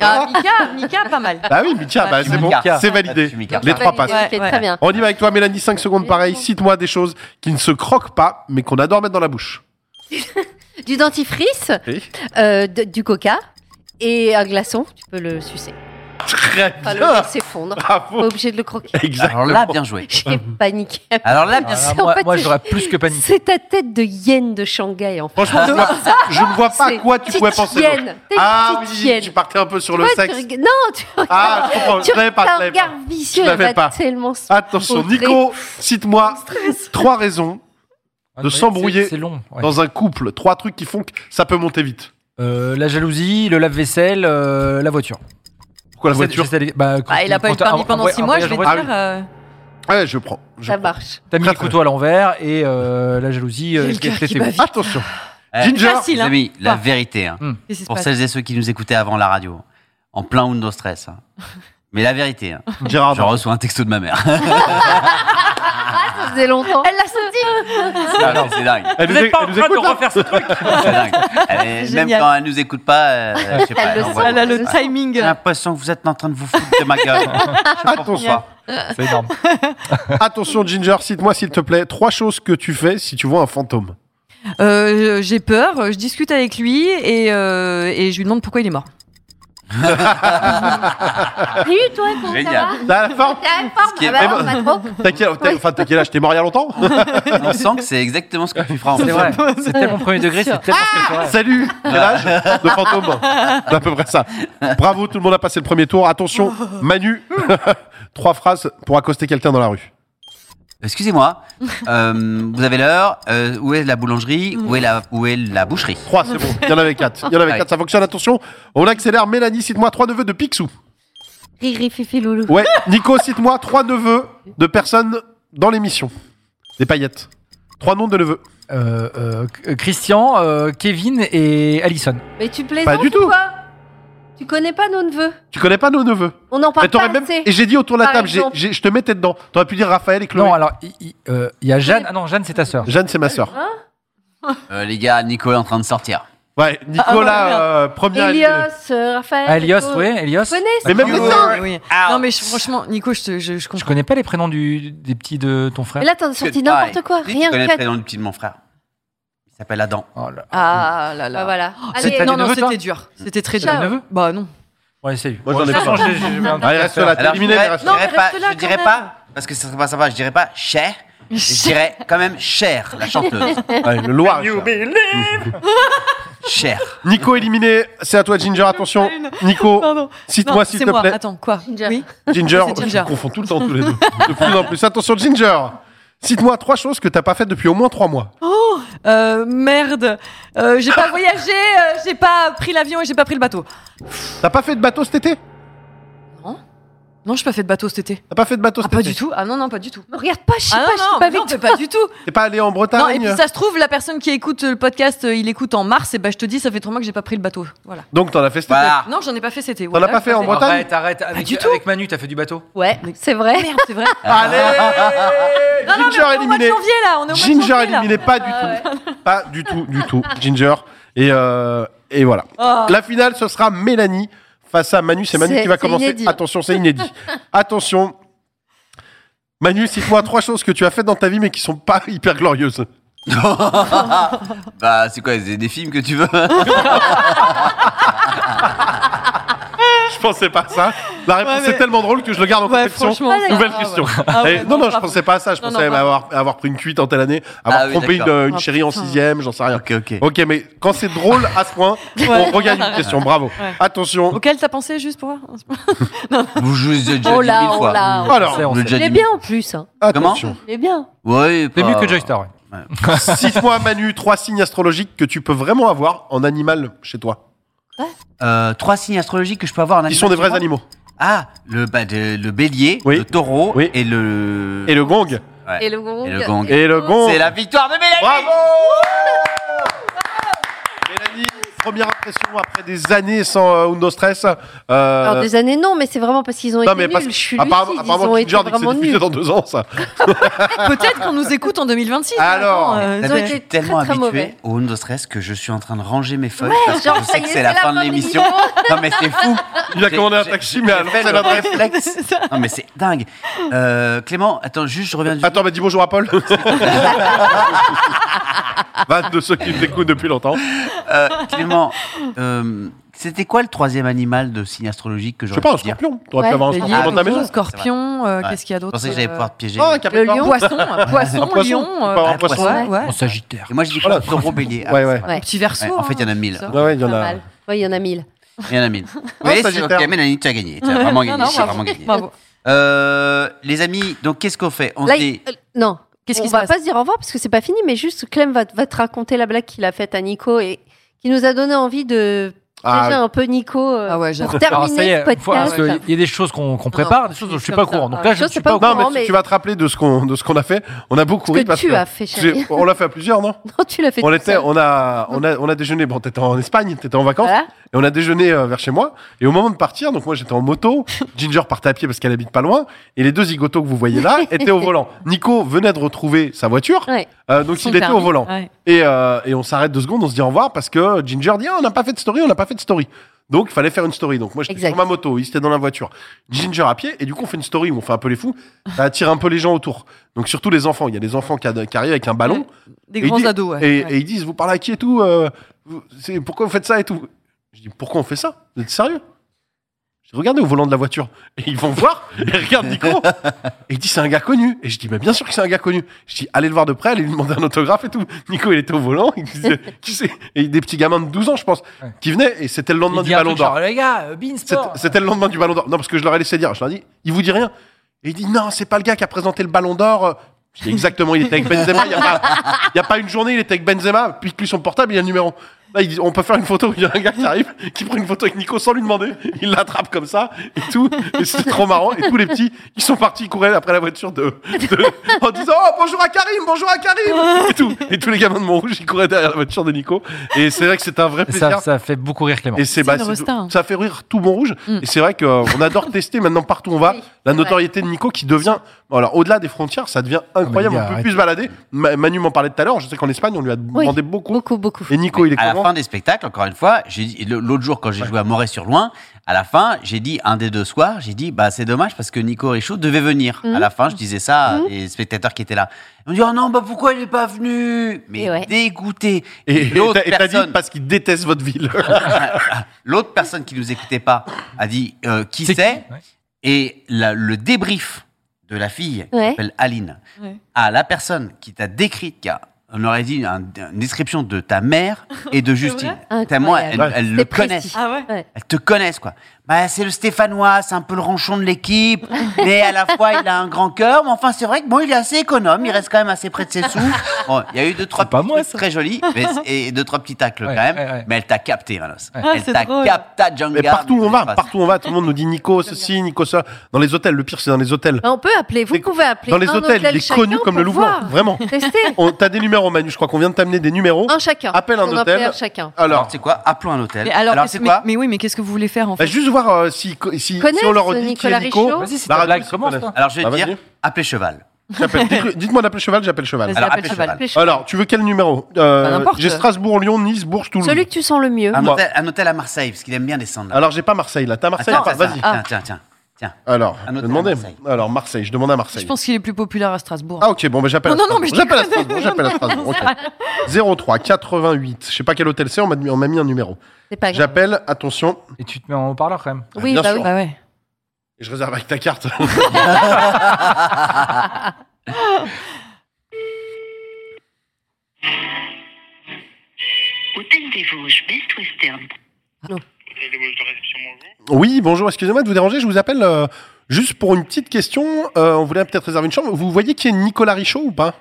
Speaker 2: Ah, Mika, Mika, pas mal.
Speaker 3: Bah oui, Mika, bah, c'est bon,
Speaker 6: Mika.
Speaker 3: c'est validé.
Speaker 6: Tu Mika.
Speaker 3: Les trois
Speaker 7: Ok,
Speaker 3: passes.
Speaker 2: Ouais, ouais.
Speaker 7: Très bien.
Speaker 3: On y va avec toi, Mélanie, 5 secondes pareil. Cite-moi des choses qui ne se croquent pas, mais qu'on adore mettre dans la bouche.
Speaker 7: du dentifrice,
Speaker 3: Oui.
Speaker 7: euh, de- du coca et un glaçon. Tu peux le sucer.
Speaker 3: <laughs> Très
Speaker 7: Enfin, le
Speaker 3: bien.
Speaker 7: laisser fondre. Pas
Speaker 3: Bravo.
Speaker 7: obligé de le <laughs> croquer.
Speaker 6: Alors
Speaker 3: Exactement.
Speaker 6: là, bien joué.
Speaker 7: J'ai paniqué.
Speaker 6: Alors là, bien
Speaker 4: Alors
Speaker 6: sûr.
Speaker 7: En
Speaker 4: là, Ah, moi,
Speaker 7: fait,
Speaker 4: moi,
Speaker 7: je-
Speaker 4: j'aurais plus que paniqué.
Speaker 7: C'est ta tête de hyène de Shanghai, en fait.
Speaker 3: Franchement, je, vois- je ne vois pas à
Speaker 7: C'est
Speaker 3: quoi tu
Speaker 7: petite
Speaker 3: pouvais penser.
Speaker 7: hyène.
Speaker 3: d'autre.
Speaker 7: T'es une
Speaker 3: Ah
Speaker 7: petite
Speaker 3: oui,
Speaker 7: hyène.
Speaker 3: tu partais un peu sur le
Speaker 7: Ouais, tu
Speaker 3: sexe.
Speaker 7: reg- Non, tu regardes.
Speaker 3: Ah, je comprends.
Speaker 7: tu
Speaker 3: Je l'avais pas,
Speaker 7: t'as
Speaker 3: je
Speaker 7: un
Speaker 3: l'avais pas.
Speaker 7: regard vicieux.
Speaker 3: Je l'avais
Speaker 7: elle va
Speaker 3: pas. Ah,
Speaker 7: tellement se
Speaker 3: Attention,
Speaker 7: montrer.
Speaker 3: Nico, cite-moi trois raisons
Speaker 4: Ah,
Speaker 3: de
Speaker 4: ouais,
Speaker 3: s'embrouiller
Speaker 4: c'est- C'est long. ouais.
Speaker 3: dans un couple, trois trucs qui font que ça peut monter vite.
Speaker 4: Euh, la jalousie, le lave-vaisselle, euh, la voiture.
Speaker 3: Pourquoi la
Speaker 4: C'est-
Speaker 3: voiture
Speaker 4: c'est- c'est- bah, quand-
Speaker 2: Ah, il a pas eu
Speaker 4: quand
Speaker 2: de permis
Speaker 4: un-
Speaker 2: pendant
Speaker 4: un-
Speaker 2: six
Speaker 4: un
Speaker 2: mois, je
Speaker 4: voyage
Speaker 2: vais
Speaker 4: en
Speaker 2: te
Speaker 4: voiture,
Speaker 2: dire. euh,
Speaker 3: Ouais, je prends. je
Speaker 7: Ça
Speaker 3: prends.
Speaker 7: marche.
Speaker 4: T'as mis
Speaker 3: Très,
Speaker 4: le
Speaker 3: très
Speaker 4: couteau à l'envers et euh, la jalousie. euh,
Speaker 2: J'ai le
Speaker 4: c'était-
Speaker 2: cœur qui
Speaker 4: c'était-
Speaker 2: bat vite.
Speaker 3: Attention.
Speaker 6: Eh,
Speaker 3: Ginger,
Speaker 2: Facile,
Speaker 6: les
Speaker 2: hein.
Speaker 6: amis, la
Speaker 2: Pas.
Speaker 6: vérité, hein,
Speaker 2: Qu'est-ce qui se
Speaker 6: pour
Speaker 2: passe
Speaker 6: celles et ceux qui nous écoutaient avant la radio, en plein ou stress. hein. Mais la vérité, hein,
Speaker 3: Gérard.
Speaker 6: je reçois un texto de ma mère.
Speaker 7: Ah, Ça faisait longtemps.
Speaker 2: Elle l'a senti
Speaker 6: Ah non, <laughs> c'est dingue.
Speaker 3: Elle
Speaker 4: Vous
Speaker 3: nous
Speaker 4: n'êtes
Speaker 3: éc-
Speaker 4: pas en
Speaker 3: elle nous
Speaker 4: train de
Speaker 3: écoute, hein. là
Speaker 4: refaire ce truc
Speaker 6: C'est dingue. Elle est-
Speaker 2: C'est
Speaker 6: même
Speaker 2: génial.
Speaker 6: quand elle nous écoute pas, euh, je sais pas.
Speaker 7: Elle le
Speaker 6: envoie
Speaker 7: sent,
Speaker 6: des
Speaker 2: Elle a le
Speaker 6: messages.
Speaker 2: timing.
Speaker 6: J'ai l'impression que vous êtes en train de vous foutre de ma gueule.
Speaker 3: Attention.
Speaker 4: C'est énorme.
Speaker 3: Attention, Ginger, cite-moi, s'il te plaît, trois choses que tu fais si tu vois un fantôme.
Speaker 2: Euh, j'ai peur, je discute avec lui et, euh, et je lui demande pourquoi il est mort.
Speaker 7: Salut, toi, comment ça
Speaker 6: Génial.
Speaker 7: va
Speaker 3: T'as la forme
Speaker 7: T'as la forme
Speaker 6: Ce qui est
Speaker 7: Ah bah
Speaker 3: vraiment-
Speaker 7: non, pas
Speaker 3: <laughs>
Speaker 7: trop.
Speaker 3: T'as quel, t'as- enfin, t'as quel âge T'es mort il y a longtemps
Speaker 6: On sent que c'est exactement ce que tu feras en
Speaker 4: C'est
Speaker 6: fait.
Speaker 4: vrai. C'est tellement premier degré, c'est tellement
Speaker 2: Ah
Speaker 4: ce qu'elle ferait.
Speaker 3: Salut Quel âge de fantôme C'est à peu près ça. Bravo, tout le monde a passé le premier tour. Attention, Manu, <laughs> trois phrases pour accoster quelqu'un dans la rue.
Speaker 7: <laughs>
Speaker 6: Excusez-moi, euh, vous avez l'heure, euh, où est la boulangerie,
Speaker 7: Mm.
Speaker 6: où est la, où est la boucherie
Speaker 3: Trois, c'est bon. Il y en avait quatre. Il y en avait
Speaker 6: Ouais.
Speaker 3: quatre, ça fonctionne. Attention, on accélère. Mélanie, cite-moi trois neveux de Picsou.
Speaker 7: Riri, Fifi, Loulou.
Speaker 3: Ouais, Nico, cite-moi trois neveux de personnes dans l'émission. Des paillettes. Trois noms de neveux.
Speaker 4: Euh, euh, euh, Christian, euh, Kevin et Allison.
Speaker 7: Mais tu plaisantes
Speaker 3: Pas du
Speaker 7: ou
Speaker 3: tout.
Speaker 7: quoi Tu connais pas nos neveux
Speaker 3: Tu connais pas nos neveux
Speaker 7: On en
Speaker 3: Mais
Speaker 7: parle pas
Speaker 3: t'aurais même...
Speaker 7: assez.
Speaker 3: Et j'ai dit autour de la
Speaker 7: Par
Speaker 3: table, j'ai-
Speaker 7: exemple.
Speaker 3: j'ai- je te mettais dedans. T'aurais pu dire Raphaël et Chloé.
Speaker 4: Non, alors il il- euh, il y a Jeanne. Ah non, Jeanne, c'est ta sœur.
Speaker 3: Jeanne, c'est ma sœur.
Speaker 6: Euh, Les gars, Nico est en train de sortir.
Speaker 3: Ouais,
Speaker 2: Ah, ouais,
Speaker 3: Nicolas, euh, première éliminée.
Speaker 7: Elios, euh, Raphaël.
Speaker 4: Ah, Elios,
Speaker 7: Nico.
Speaker 4: oui, Elios.
Speaker 7: Tu connais
Speaker 3: Mais même les
Speaker 2: Oui,
Speaker 3: seins.
Speaker 2: oui, oui. Non mais je- franchement, Nico, je, te- je, je
Speaker 4: Je
Speaker 2: comprends.
Speaker 4: connais pas les prénoms du, des petits de ton frère.
Speaker 7: Mais là, t'as sorti
Speaker 6: C'est pareil.
Speaker 7: n'importe quoi.
Speaker 6: Dis,
Speaker 7: Rien
Speaker 6: Tu connais le
Speaker 7: que.
Speaker 6: prénom du petit de mon frère Il s'appelle Adam.
Speaker 4: Oh là.
Speaker 2: Ah là là.
Speaker 7: Ah, voilà.
Speaker 4: c'est
Speaker 7: Allez,
Speaker 4: pas
Speaker 2: non,
Speaker 4: des
Speaker 2: non,
Speaker 4: neveux, toi
Speaker 2: c'était dur. C'était très
Speaker 4: T'as
Speaker 2: dur.
Speaker 4: des neveux
Speaker 2: Bah non.
Speaker 4: Bon, allez, salut.
Speaker 3: Moi, j'en ai
Speaker 4: de toute
Speaker 3: pas.
Speaker 4: façon, j'ai- j'ai- j'ai un truc
Speaker 3: Allez,
Speaker 4: à
Speaker 3: reste
Speaker 4: faire.
Speaker 3: là, t'es
Speaker 6: Alors, je
Speaker 3: éliminé.
Speaker 6: dirais,
Speaker 3: reste
Speaker 6: je
Speaker 3: là.
Speaker 6: dirais
Speaker 2: mais
Speaker 6: pas,
Speaker 2: reste là,
Speaker 6: je dirais
Speaker 2: quand
Speaker 6: pas, parce que ce serait pas sympa, je dirais pas cher, je dirais quand même cher, la
Speaker 7: <laughs>
Speaker 6: chanteuse.
Speaker 3: Ouais, le Loir.
Speaker 6: cher.
Speaker 3: Nico éliminé, c'est à toi Ginger, attention. Nico,
Speaker 2: Pardon.
Speaker 3: cite-moi
Speaker 2: Non,
Speaker 3: s'il
Speaker 2: c'est
Speaker 3: te
Speaker 2: moi.
Speaker 3: plaît.
Speaker 2: Attends, quoi
Speaker 7: Ginger.
Speaker 2: Oui.
Speaker 3: Ginger,
Speaker 2: C'est
Speaker 3: je
Speaker 2: Ginger.
Speaker 3: me confonds tout le temps tous les deux. De plus en plus. Attention Ginger, cite-moi trois choses que t'as pas faites depuis au moins trois mois.
Speaker 2: Euh, merde. Euh, j'ai pas voyagé, euh, j'ai pas pris l'avion et j'ai pas pris le bateau.
Speaker 3: T'as pas fait de bateau cet été
Speaker 2: Non, j'ai pas fait de bateau cet été.
Speaker 3: T'as pas fait de bateau
Speaker 2: Ah
Speaker 3: cet
Speaker 2: pas
Speaker 3: été
Speaker 2: du tout. Ah non non, pas du tout.
Speaker 7: Me regarde pas, je sais
Speaker 2: Ah
Speaker 7: pas,
Speaker 2: non,
Speaker 7: je suis
Speaker 2: non,
Speaker 7: pas
Speaker 2: non,
Speaker 7: avec
Speaker 2: mais
Speaker 7: toi.
Speaker 2: pas du tout.
Speaker 3: T'es pas allé en
Speaker 2: Non, et
Speaker 3: Bretagne
Speaker 2: puis ça se trouve, la personne qui écoute le podcast, euh, il écoute en mars, et bah je te dis, ça fait trois mois que j'ai pas pris le bateau. Voilà.
Speaker 3: Donc t'en as fait cet été.
Speaker 6: Voilà.
Speaker 2: Non, j'en ai pas fait, c'était.
Speaker 3: T'en as pas fait en Bretagne
Speaker 4: Arrête, arrête. Avec,
Speaker 2: du tout.
Speaker 4: avec Manu, t'as fait du bateau.
Speaker 7: Ouais, c'est vrai.
Speaker 2: Ah, Merde,
Speaker 3: <laughs>
Speaker 2: c'est vrai.
Speaker 3: Allez
Speaker 2: Non, non, mais on
Speaker 3: Euh, Ginger
Speaker 2: est au mois de
Speaker 3: éliminé.
Speaker 2: janvier là, on est au mois de
Speaker 3: Ginger
Speaker 2: janvier, là.
Speaker 3: éliminé, pas du tout. Pas du tout, du tout. Ginger. Et, euh, et voilà.
Speaker 2: Oh.
Speaker 3: La finale, ce sera Mélanie face à Manu. C'est Manu
Speaker 7: C'est-
Speaker 3: qui va
Speaker 7: c'est
Speaker 3: commencer.
Speaker 7: inédit.
Speaker 3: Attention, c'est inédit. Attention. Manu, cite-moi trois choses que tu as faites dans ta vie mais qui sont pas <laughs> hyper glorieuses.
Speaker 6: bah, c'est quoi, c'est des films que tu veux
Speaker 3: Je pensais pas à ça. La réponse
Speaker 2: Ouais, mais-
Speaker 3: est tellement drôle que je le garde en
Speaker 2: Ouais,
Speaker 3: compétition.
Speaker 2: franchement.
Speaker 3: Nouvelle
Speaker 2: Ah,
Speaker 3: question.
Speaker 2: Ah ouais,
Speaker 3: Et- non, non, je
Speaker 2: bravo.
Speaker 3: pensais pas à ça. Je
Speaker 2: Non,
Speaker 3: pensais
Speaker 2: non,
Speaker 3: avoir, avoir pris une cuite en telle année, avoir
Speaker 6: Ah oui,
Speaker 3: trompé une,
Speaker 6: d'accord.
Speaker 3: une
Speaker 2: Ah,
Speaker 3: chérie en
Speaker 2: putain.
Speaker 3: sixième, j'en sais rien.
Speaker 6: Ok, ok.
Speaker 3: Ok, mais quand c'est drôle à ce
Speaker 7: <laughs>
Speaker 3: point, on regagne une question. Bravo.
Speaker 2: Ouais.
Speaker 3: Attention.
Speaker 2: Auquel t'as pensé juste
Speaker 3: <laughs>
Speaker 2: pour voir
Speaker 6: Vous je vous ai déjà
Speaker 7: Oh
Speaker 6: dit mille
Speaker 7: là, oh
Speaker 6: fois.
Speaker 7: là.
Speaker 3: Alors,
Speaker 4: sait,
Speaker 6: On l'a
Speaker 4: sait.
Speaker 6: déjà
Speaker 7: Il
Speaker 6: dit
Speaker 7: est
Speaker 6: mille
Speaker 7: bien en plus. hein.
Speaker 6: <laughs>
Speaker 3: attention.
Speaker 7: Il est bien.
Speaker 6: Ouais,
Speaker 4: C'est
Speaker 6: pas-
Speaker 4: mieux que Joy Star. ouais.
Speaker 3: Cite-moi, Manu, trois signes astrologiques que tu peux vraiment avoir en animal chez toi.
Speaker 6: Euh, trois signes astrologiques que je peux avoir en
Speaker 3: Qui sont des vrais
Speaker 6: chez moi.
Speaker 3: animaux.
Speaker 6: Ah, le, bah, de- le bélier,
Speaker 3: Oui.
Speaker 6: le taureau
Speaker 3: Oui.
Speaker 6: et le.
Speaker 3: Et le gong.
Speaker 6: Ouais.
Speaker 7: Et le gong.
Speaker 6: Et le gong.
Speaker 3: Et le gong.
Speaker 6: C'est la victoire de Mélanie
Speaker 3: Bravo Mélanie, première impression après des années sans euh, Undo Stress. euh,
Speaker 7: Alors des années non, mais c'est vraiment parce qu'ils ont été nuls. Je suis
Speaker 3: apparemment,
Speaker 7: lucide, ils
Speaker 3: apparemment
Speaker 7: ont
Speaker 3: Ginger
Speaker 7: été
Speaker 3: dit que
Speaker 7: vraiment
Speaker 3: c'est diffusé
Speaker 7: nuls.
Speaker 3: dans deux ans, ça.
Speaker 2: Peut-être qu'on nous écoute en 2026.
Speaker 3: Alors, eh
Speaker 2: attends,
Speaker 3: ben,
Speaker 2: euh,
Speaker 6: T'as
Speaker 7: Ils ont
Speaker 6: vu,
Speaker 7: été
Speaker 6: je suis tellement
Speaker 7: très, très
Speaker 6: habitué
Speaker 7: mauvais.
Speaker 6: au Hound Stress que je suis en train de ranger mes feuilles parce
Speaker 7: genre,
Speaker 6: que je
Speaker 7: ça
Speaker 6: sais
Speaker 7: y
Speaker 6: que
Speaker 7: est,
Speaker 6: c'est la fin de l'émission. <laughs> Non mais c'est fou.
Speaker 3: Il a
Speaker 6: J'ai-
Speaker 3: commandé un
Speaker 6: j'ai-
Speaker 3: taxi,
Speaker 6: j'ai
Speaker 3: mais à
Speaker 6: fait
Speaker 3: l'ancienne
Speaker 6: le
Speaker 3: adresse. <laughs>
Speaker 2: <laughs>
Speaker 6: réflexe. Non mais c'est dingue. <laughs> Euh, Clément, attends juste, je reviens du.
Speaker 3: Attends, mais dis bonjour à Paul. 20 de ceux qui t'écoutent depuis longtemps.
Speaker 6: Euh,
Speaker 3: <laughs>
Speaker 6: Clément, euh, c'était quoi le troisième animal de signe astrologique que
Speaker 3: Je
Speaker 6: j'aurais
Speaker 3: sais pas, un
Speaker 6: pu dire
Speaker 3: scorpion. T'aurais pu
Speaker 2: Ouais,
Speaker 3: avoir un
Speaker 2: le
Speaker 3: scorpion
Speaker 2: lion,
Speaker 3: dans ta maison.
Speaker 2: scorpion, euh,
Speaker 6: Ouais.
Speaker 2: qu'est-ce qu'il y a
Speaker 6: Je
Speaker 2: d'autre
Speaker 6: pensais que j'allais
Speaker 2: euh,
Speaker 6: pouvoir te piéger.
Speaker 3: Ah, un capet
Speaker 2: Le
Speaker 3: de barbe.
Speaker 2: lion, poisson, euh, poisson,
Speaker 3: Un poisson,
Speaker 2: lion.
Speaker 3: pas un
Speaker 2: euh,
Speaker 3: poisson.
Speaker 2: ouais, ouais.
Speaker 4: En Oh, Sagittaire.
Speaker 6: Et moi, je dis
Speaker 3: Voilà.
Speaker 6: taureau bélier. Ah,
Speaker 3: Ouais,
Speaker 6: c'est
Speaker 3: ouais.
Speaker 6: vrai.
Speaker 2: Un petit verso.
Speaker 6: Ouais, en fait, il y en a
Speaker 2: hein,
Speaker 6: mille.
Speaker 2: ça.
Speaker 3: Ouais, ouais, il y en
Speaker 7: Pas
Speaker 3: a.
Speaker 7: mal. Ouais, il y en a mille.
Speaker 6: Il y en a mille. Oui, c'est
Speaker 3: Sagittaire.
Speaker 6: ok. Mélanie, tu as gagné. Tu as vraiment
Speaker 2: <laughs> Non,
Speaker 6: gagné.
Speaker 2: non,
Speaker 6: c'est
Speaker 2: bravo.
Speaker 6: vraiment gagné.
Speaker 2: Bravo.
Speaker 6: Euh, les amis, donc qu'est-ce qu'on fait On
Speaker 7: Là,
Speaker 6: se dit.
Speaker 7: il- euh, non.
Speaker 2: Qu'est-ce
Speaker 7: on
Speaker 2: qui se
Speaker 7: va
Speaker 2: passe
Speaker 7: pas se dire au revoir parce que c'est pas fini, mais juste Clem va, va te raconter la blague qu'il a faite à Nico et qui nous a donné envie de
Speaker 3: Ah,
Speaker 7: déjà un peu Nico euh,
Speaker 2: Ah ouais,
Speaker 7: pour
Speaker 2: j'adore.
Speaker 4: Alors, ça y
Speaker 7: terminer
Speaker 4: est, euh,
Speaker 7: ce
Speaker 4: faut- parce
Speaker 7: podcast.
Speaker 4: que il y a des choses qu'on qu'on prépare, des choses dont je suis pas au courant. Donc là,
Speaker 7: Ah,
Speaker 4: je ne
Speaker 7: ça,
Speaker 4: suis
Speaker 7: c'est
Speaker 4: pas
Speaker 7: pas
Speaker 4: au
Speaker 7: au
Speaker 4: courant.
Speaker 3: Non, mais, tu-
Speaker 7: mais-
Speaker 3: tu vas te rappeler de ce qu'on de ce qu'on a fait. On a beaucoup
Speaker 7: Ce
Speaker 3: ri
Speaker 7: que
Speaker 3: parce
Speaker 7: tu
Speaker 3: que
Speaker 7: as fait, chérie.
Speaker 3: j'ai- on l'a fait à plusieurs, non
Speaker 7: <laughs> Non, tu l'as fait.
Speaker 3: On
Speaker 7: tout
Speaker 3: était,
Speaker 7: seul.
Speaker 3: on a, on a, on a déjeuné. Bon, t'étais en Espagne, t'étais en vacances,
Speaker 7: Voilà.
Speaker 3: et on a déjeuné euh, vers chez moi. Et au moment de partir, donc moi j'étais en moto, Ginger partait à pied parce qu'elle habite pas loin, et les deux zigotos que vous voyez là étaient au volant. Nico venait de retrouver sa voiture,
Speaker 7: Ouais.
Speaker 3: euh, donc
Speaker 2: Son
Speaker 3: il était au
Speaker 2: permis,
Speaker 3: volant.
Speaker 2: ouais.
Speaker 3: Et, euh, et on s'arrête deux secondes, on se dit au revoir parce que Ginger dit Ah, on n'a pas fait de story, on n'a pas fait de story. Donc il fallait faire une story. Donc moi j'étais
Speaker 7: Exact.
Speaker 3: sur ma moto, il était dans la voiture. Ginger à pied, et du coup on fait une story où on fait un peu les fous, ça attire un peu les gens autour. Donc surtout les enfants, il y a des enfants qui, a- qui arrivent avec un ballon.
Speaker 2: Des
Speaker 3: Et ils
Speaker 2: grands
Speaker 3: disent-
Speaker 2: ados, ouais.
Speaker 3: Et,
Speaker 2: Ouais.
Speaker 3: et ils disent, vous parlez à qui et tout euh, vous- c'est- Pourquoi vous faites ça et tout Je dis, pourquoi on fait ça Vous êtes sérieux Je dis, regardez au volant de la voiture. Et ils vont voir, et ils regardent Nico, et il dit, c'est un gars connu. Et je dis, mais bien sûr que c'est un gars connu. Je dis, allez le voir de près, allez lui demander un autographe et tout. Nico, il était au volant, il
Speaker 4: <laughs>
Speaker 3: disait, qui c'est Et des petits gamins de 12 ans, je pense,
Speaker 4: Ouais.
Speaker 3: qui venaient, et c'était le
Speaker 4: Il
Speaker 3: lendemain
Speaker 4: dit
Speaker 3: du
Speaker 4: un
Speaker 3: Ballon
Speaker 4: truc
Speaker 3: d'Or.
Speaker 4: genre, les gars, euh,
Speaker 3: C'était-
Speaker 4: Beansport.
Speaker 3: C'était le lendemain du ballon d'or. Non, parce que je leur ai laissé dire. Je leur ai dit, il vous dit rien. Et il dit, non, c'est pas le gars qui a présenté le ballon d'or. Je dis, exactement, il était avec Benzema. Il n'y a, pas- il y a pas une journée, il était avec Benzema. Puis plus son portable, il y a le numéro. Là, il dit, on peut faire une photo. Il y a un gars qui arrive, qui prend une photo avec Nico sans lui demander. Il l'attrape comme ça et tout. Et c'était trop marrant. Et tous les petits, ils sont partis, ils couraient après la voiture de, de- en disant, oh, bonjour à Karim, bonjour à Karim. Et, tout. et tous les gamins de Montrouge, ils couraient derrière la voiture de Nico. Et c'est vrai que c'était un vrai plaisir.
Speaker 4: Ça, ça fait beaucoup rire Clément.
Speaker 3: Et c'est
Speaker 2: C'est
Speaker 3: bah,
Speaker 2: une
Speaker 3: c'est-
Speaker 2: resta, hein.
Speaker 3: ça fait rire tout bon rouge.
Speaker 2: Mm.
Speaker 3: Et c'est vrai qu'on adore tester maintenant partout où on va
Speaker 7: <laughs> Oui,
Speaker 3: la
Speaker 7: c'est
Speaker 3: notoriété de Nico qui devient, bon, alors au-delà des frontières, ça devient
Speaker 6: Ah,
Speaker 3: incroyable.
Speaker 4: mais les
Speaker 3: on
Speaker 4: gars,
Speaker 3: peut plus se balader. Ma- Manu m'en parlait tout à l'heure. Je sais qu'en Espagne, on lui a demandé beaucoup.
Speaker 7: Beaucoup, beaucoup.
Speaker 3: Et Nico, il est
Speaker 6: à la
Speaker 3: comment
Speaker 6: fin des spectacles, encore une fois, j'ai dit- le- l'autre jour quand j'ai joué à Moret-sur-Loing, à la fin, j'ai dit un des deux soirs, j'ai dit bah c'est dommage parce que Nico Richaud devait venir. À la fin, je disais ça et les spectateurs qui étaient là. Ils m'ont dit oh non bah pourquoi il est pas venu Mais
Speaker 7: Et ouais.
Speaker 6: dégoûté.
Speaker 3: Et et
Speaker 6: l'autre
Speaker 3: t'as et t'as dit
Speaker 6: personne,
Speaker 3: parce qu'il déteste
Speaker 6: <laughs>
Speaker 3: votre ville.
Speaker 6: l'autre personne qui nous écoutait pas a dit euh, qui c'est
Speaker 4: Ouais.
Speaker 6: et la- le débrief de la fille qui
Speaker 7: Ouais.
Speaker 6: s'appelle Aline
Speaker 2: Ouais.
Speaker 6: à la personne qui t'a décrite, qui a- on aurait dit un- une description de ta
Speaker 2: <laughs>
Speaker 6: mère et de Justine.
Speaker 7: vrai
Speaker 6: Tellement elle,
Speaker 7: Incroyable.
Speaker 6: elle le
Speaker 7: C'est
Speaker 6: connaît.
Speaker 7: précis.
Speaker 2: Ah ouais
Speaker 6: Elles te connaissent, quoi. Bah, c'est le Stéphanois, c'est un peu le ranchon de
Speaker 7: <laughs>
Speaker 6: l'équipe, mais à la fois, il a un grand cœur, mais enfin, c'est vrai que bon, il est assez économe, il reste quand même assez près de ses
Speaker 7: <laughs>
Speaker 6: sous. Bon, il y a eu deux, trois
Speaker 4: pas
Speaker 6: petits
Speaker 4: moi,
Speaker 6: trucs
Speaker 4: ça.
Speaker 6: très jolis, mais, et deux, trois petits tacles
Speaker 4: Ouais,
Speaker 6: quand même,
Speaker 4: ouais, ouais.
Speaker 6: mais elle t'a capté, Manos.
Speaker 2: Ah,
Speaker 6: elle
Speaker 2: c'est
Speaker 6: t'a
Speaker 2: drôle.
Speaker 6: capté, Django.
Speaker 3: Mais partout où on va, partout où on va, tout le monde nous dit Nico ceci, Nico ça. Dans les hôtels, le pire, c'est dans les hôtels.
Speaker 7: Mais on peut appeler, vous
Speaker 3: Des-
Speaker 7: pouvez appeler.
Speaker 3: Dans les
Speaker 7: un
Speaker 3: hôtels, il
Speaker 7: hôtel
Speaker 3: est connu
Speaker 7: chacun
Speaker 3: comme le
Speaker 7: pour
Speaker 3: loup blanc.
Speaker 7: voir.
Speaker 3: Vraiment.
Speaker 7: Testez.
Speaker 3: On- T'as des numéros, Manu. Je crois qu'on vient de t'amener des numéros.
Speaker 7: Un chacun.
Speaker 3: Appelle un
Speaker 7: On appelait
Speaker 3: hôtel.
Speaker 7: un chacun.
Speaker 6: Alors,
Speaker 3: Alors,
Speaker 6: c'est quoi Appelons un hôtel.
Speaker 2: Mais alors,
Speaker 6: Alors,
Speaker 2: qu'est-ce-
Speaker 6: c'est quoi
Speaker 2: mais, mais oui, mais qu'est-ce que vous voulez faire en
Speaker 3: bah,
Speaker 2: fait
Speaker 3: juste voir euh, si, si, si on leur
Speaker 7: Connaissent
Speaker 3: dit qui est
Speaker 7: Nicolas
Speaker 3: Nico.
Speaker 7: Richaud
Speaker 4: Vas-y, c'est
Speaker 3: Bah,
Speaker 4: ta blague,
Speaker 3: raconte,
Speaker 4: commence
Speaker 3: connaît.
Speaker 4: toi.
Speaker 6: Alors, je vais
Speaker 3: Bah,
Speaker 6: te dire,
Speaker 3: vas-y.
Speaker 6: appelez cheval.
Speaker 2: <laughs>
Speaker 3: J'appelle- dites- Dites-moi d'appeler cheval, j'appelle cheval.
Speaker 2: Vas-y,
Speaker 6: alors,
Speaker 2: appelle
Speaker 6: appelle
Speaker 2: Cheval.
Speaker 6: Cheval.
Speaker 3: Alors, tu veux quel numéro Euh,
Speaker 2: Bah, n'importe.
Speaker 3: J'ai Strasbourg, Lyon, Nice, Bourges, Toulouse.
Speaker 7: Celui que tu sens le mieux.
Speaker 6: Un
Speaker 3: Moi.
Speaker 6: hôtel, un hôtel à Marseille, parce qu'il aime bien descendre. là.
Speaker 3: Alors, j'ai pas Marseille là. T'as Marseille
Speaker 6: Attends,
Speaker 3: pas
Speaker 6: attends,
Speaker 3: Vas-y.
Speaker 2: Ah.
Speaker 6: attends, Tiens, tiens, tiens.
Speaker 3: Alors,
Speaker 6: Un
Speaker 3: je
Speaker 6: hôtel à
Speaker 3: demandais.
Speaker 6: Marseille.
Speaker 3: Alors, Marseille, je demande à
Speaker 2: Je
Speaker 3: Marseille.
Speaker 2: pense qu'il est plus populaire à Strasbourg.
Speaker 3: Ah, ok, bon, bah, j'appelle à
Speaker 2: Oh, non, non, mais
Speaker 3: Strasbourg.
Speaker 2: je
Speaker 3: J'appelle à
Speaker 2: déconne.
Speaker 3: Strasbourg. J'appelle à Strasbourg.
Speaker 2: <laughs>
Speaker 3: ok. 03 88. Je sais pas quel hôtel c'est, on m'a mis- on m'a mis un numéro.
Speaker 7: C'est pas grave.
Speaker 3: J'appelle, attention.
Speaker 4: Et tu te mets en haut-parleur quand même.
Speaker 7: Oui,
Speaker 3: bien
Speaker 7: bah
Speaker 3: sûr.
Speaker 7: oui.
Speaker 2: Bah ouais.
Speaker 3: Et je réserve avec ta carte.
Speaker 9: Hôtel des Vosges, Best Western.
Speaker 3: oui, bonjour, excusez-moi de vous déranger. Je vous appelle euh, juste pour une petite question. Euh, on voulait peut-être réserver une chambre. Vous voyez qui est Nicolas Richaud ou pas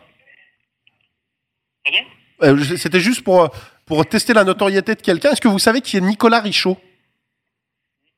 Speaker 9: Pardon
Speaker 3: Euh, je- C'était juste pour, euh, pour tester la notoriété de quelqu'un. Est-ce que vous savez qui est Nicolas Richaud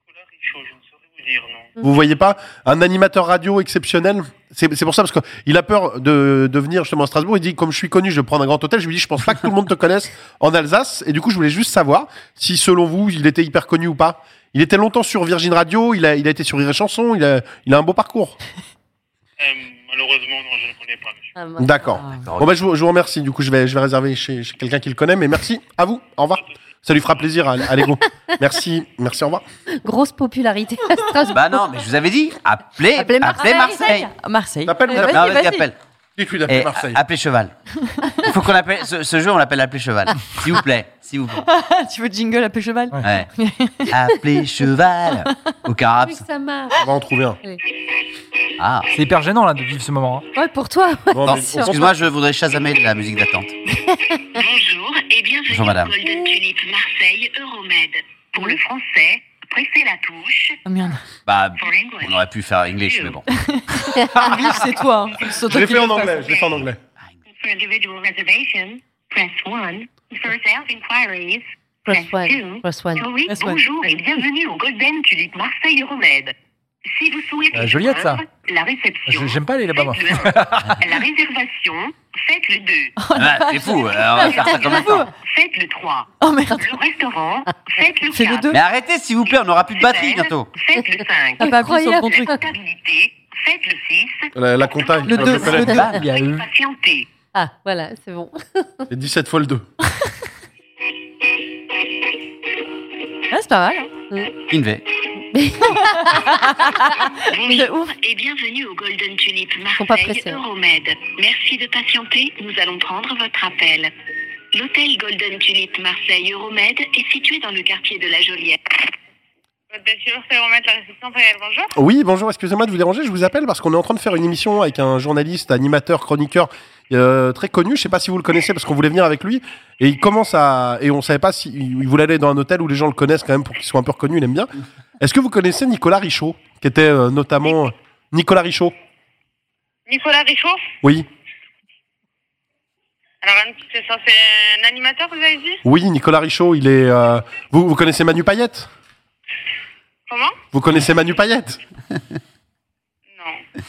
Speaker 9: Nicolas Richaud, je ne saurais vous dire, non.
Speaker 3: Vous voyez pas un animateur radio exceptionnel C'est c'est pour ça parce qu'il a peur de, de venir justement à Strasbourg. Il dit comme je suis connu, je vais prendre un grand hôtel. Je lui dis je pense pas que tout le monde te connaisse en Alsace. Et du coup, je voulais juste savoir si selon vous, il était hyper connu ou pas. Il était longtemps sur Virgin Radio. Il a, il a été sur Rire et Chanson. Il a, il a un beau parcours.
Speaker 9: Euh, malheureusement, non, je ne connais pas, monsieur.
Speaker 7: Ah, moi.
Speaker 3: D'accord.
Speaker 2: Ah.
Speaker 3: Bon bah, je, vous, je vous remercie. Du coup, je vais, je vais réserver chez, chez quelqu'un qui le connaît. Mais merci à vous. Au revoir. Ça lui fera plaisir à, à l'ego. merci, merci. Au revoir.
Speaker 7: Grosse popularité à Strasbourg.
Speaker 6: Bah non, mais je vous avais dit, appelez,
Speaker 7: Appelez
Speaker 6: appelez
Speaker 7: Marseille.
Speaker 6: Marseille.
Speaker 2: Marseille.
Speaker 3: T'appelles ou
Speaker 2: Bah,
Speaker 3: t'appelles
Speaker 6: Non,
Speaker 2: vas-y,
Speaker 6: vas-y,
Speaker 2: vas-y.
Speaker 6: appelle.
Speaker 3: Et tu l'appelles
Speaker 6: Et
Speaker 3: Marseille.
Speaker 6: a- Appelez cheval. Il faut qu'on appelle ce, ce jeu, on l'appelle appelez cheval. S'il vous plaît, s'il vous plaît.
Speaker 2: tu veux jingle à peu cheval
Speaker 6: Ouais. appelez cheval. Au
Speaker 7: Oui,
Speaker 6: caraps.
Speaker 7: ça marche.
Speaker 3: On va en trouver un.
Speaker 6: Ah.
Speaker 4: C'est hyper gênant là de vivre ce moment. hein.
Speaker 7: Ouais, pour toi.
Speaker 3: Bon,
Speaker 6: Non,
Speaker 3: mais-
Speaker 6: excuse-moi, je voudrais chasamer de la musique d'attente.
Speaker 9: Bonjour et bienvenue
Speaker 6: Bonjour, madame.
Speaker 9: au Golden Tulip Marseille Euromed. Pour le français, pressez la touche.
Speaker 2: Ah, merde.
Speaker 6: Bah,
Speaker 9: For English.
Speaker 6: on aurait pu faire English, mais bon.
Speaker 2: English, c'est toi. hein. C'est
Speaker 3: Je
Speaker 2: toi
Speaker 3: l'ai
Speaker 2: qui
Speaker 3: fait
Speaker 2: le
Speaker 3: en
Speaker 2: fais.
Speaker 3: anglais. Je l'ai fait en anglais.
Speaker 9: For individual reservation, press 1. For self inquiries, press
Speaker 7: Press one.
Speaker 9: 2.
Speaker 7: Press one.
Speaker 9: Oui,
Speaker 2: Press one.
Speaker 9: bonjour et bienvenue au Golden Tulip Marseille Euromed. Si vous souhaitez
Speaker 4: Ah, joli, ça.
Speaker 9: joindre la réception,
Speaker 4: Je- J'aime pas aller là-bas. moi.
Speaker 9: faites le
Speaker 4: <laughs>
Speaker 9: 1. la réservation, faites le 2.
Speaker 6: Ah, c'est fou, euh, on va faire ça comme ça.
Speaker 9: Faites le 3.
Speaker 2: Oh
Speaker 9: <laughs>
Speaker 2: merde.
Speaker 9: Le restaurant, faites le 4.
Speaker 2: Fais le deux.
Speaker 6: Mais arrêtez, s'il vous plaît, on n'aura plus de batterie bientôt.
Speaker 9: Faites le 5.
Speaker 2: T'as pas appris sur le bon
Speaker 9: La
Speaker 2: truc.
Speaker 9: comptabilité, faites le 6.
Speaker 3: La, la comptagne.
Speaker 2: Le
Speaker 3: moi,
Speaker 2: deux,
Speaker 3: je connais.
Speaker 2: le deux.
Speaker 4: Il y a eu-
Speaker 9: Patientez.
Speaker 7: Ah, voilà, c'est bon.
Speaker 3: C'est 17 fois le 2.
Speaker 2: Ah, c'est pas mal. hein.
Speaker 6: Inve.
Speaker 9: Bonjour et bienvenue au Golden Tulip
Speaker 7: Faut pas
Speaker 9: Marseille
Speaker 7: presser.
Speaker 9: Euromed. Merci de patienter, nous allons prendre votre appel. L'hôtel Golden Tulip Marseille Euromed est situé dans le quartier de la Joliette. Golden Tulip Marseille Euromed, la réception, bonjour.
Speaker 3: Oui, bonjour, excusez-moi de vous déranger, je vous appelle parce qu'on est en train de faire une émission avec un journaliste, animateur, chroniqueur euh, très connu, je sais pas si vous le connaissez parce qu'on voulait venir avec lui et il commence à et on savait pas si il voulait aller dans un hôtel où les gens le connaissent quand même pour qu'il soit un peu reconnu, il aime bien. Est-ce que vous connaissez Nicolas Richaud qui était euh, notamment Nicolas Richaud
Speaker 9: Nicolas Richaud
Speaker 3: Oui.
Speaker 9: Alors, c'est un animateur, vous avez dit
Speaker 3: Oui, Nicolas Richaud, il est euh, vous vous connaissez Manu Payette
Speaker 9: Comment
Speaker 3: Vous connaissez
Speaker 2: <laughs>
Speaker 3: Manu Payette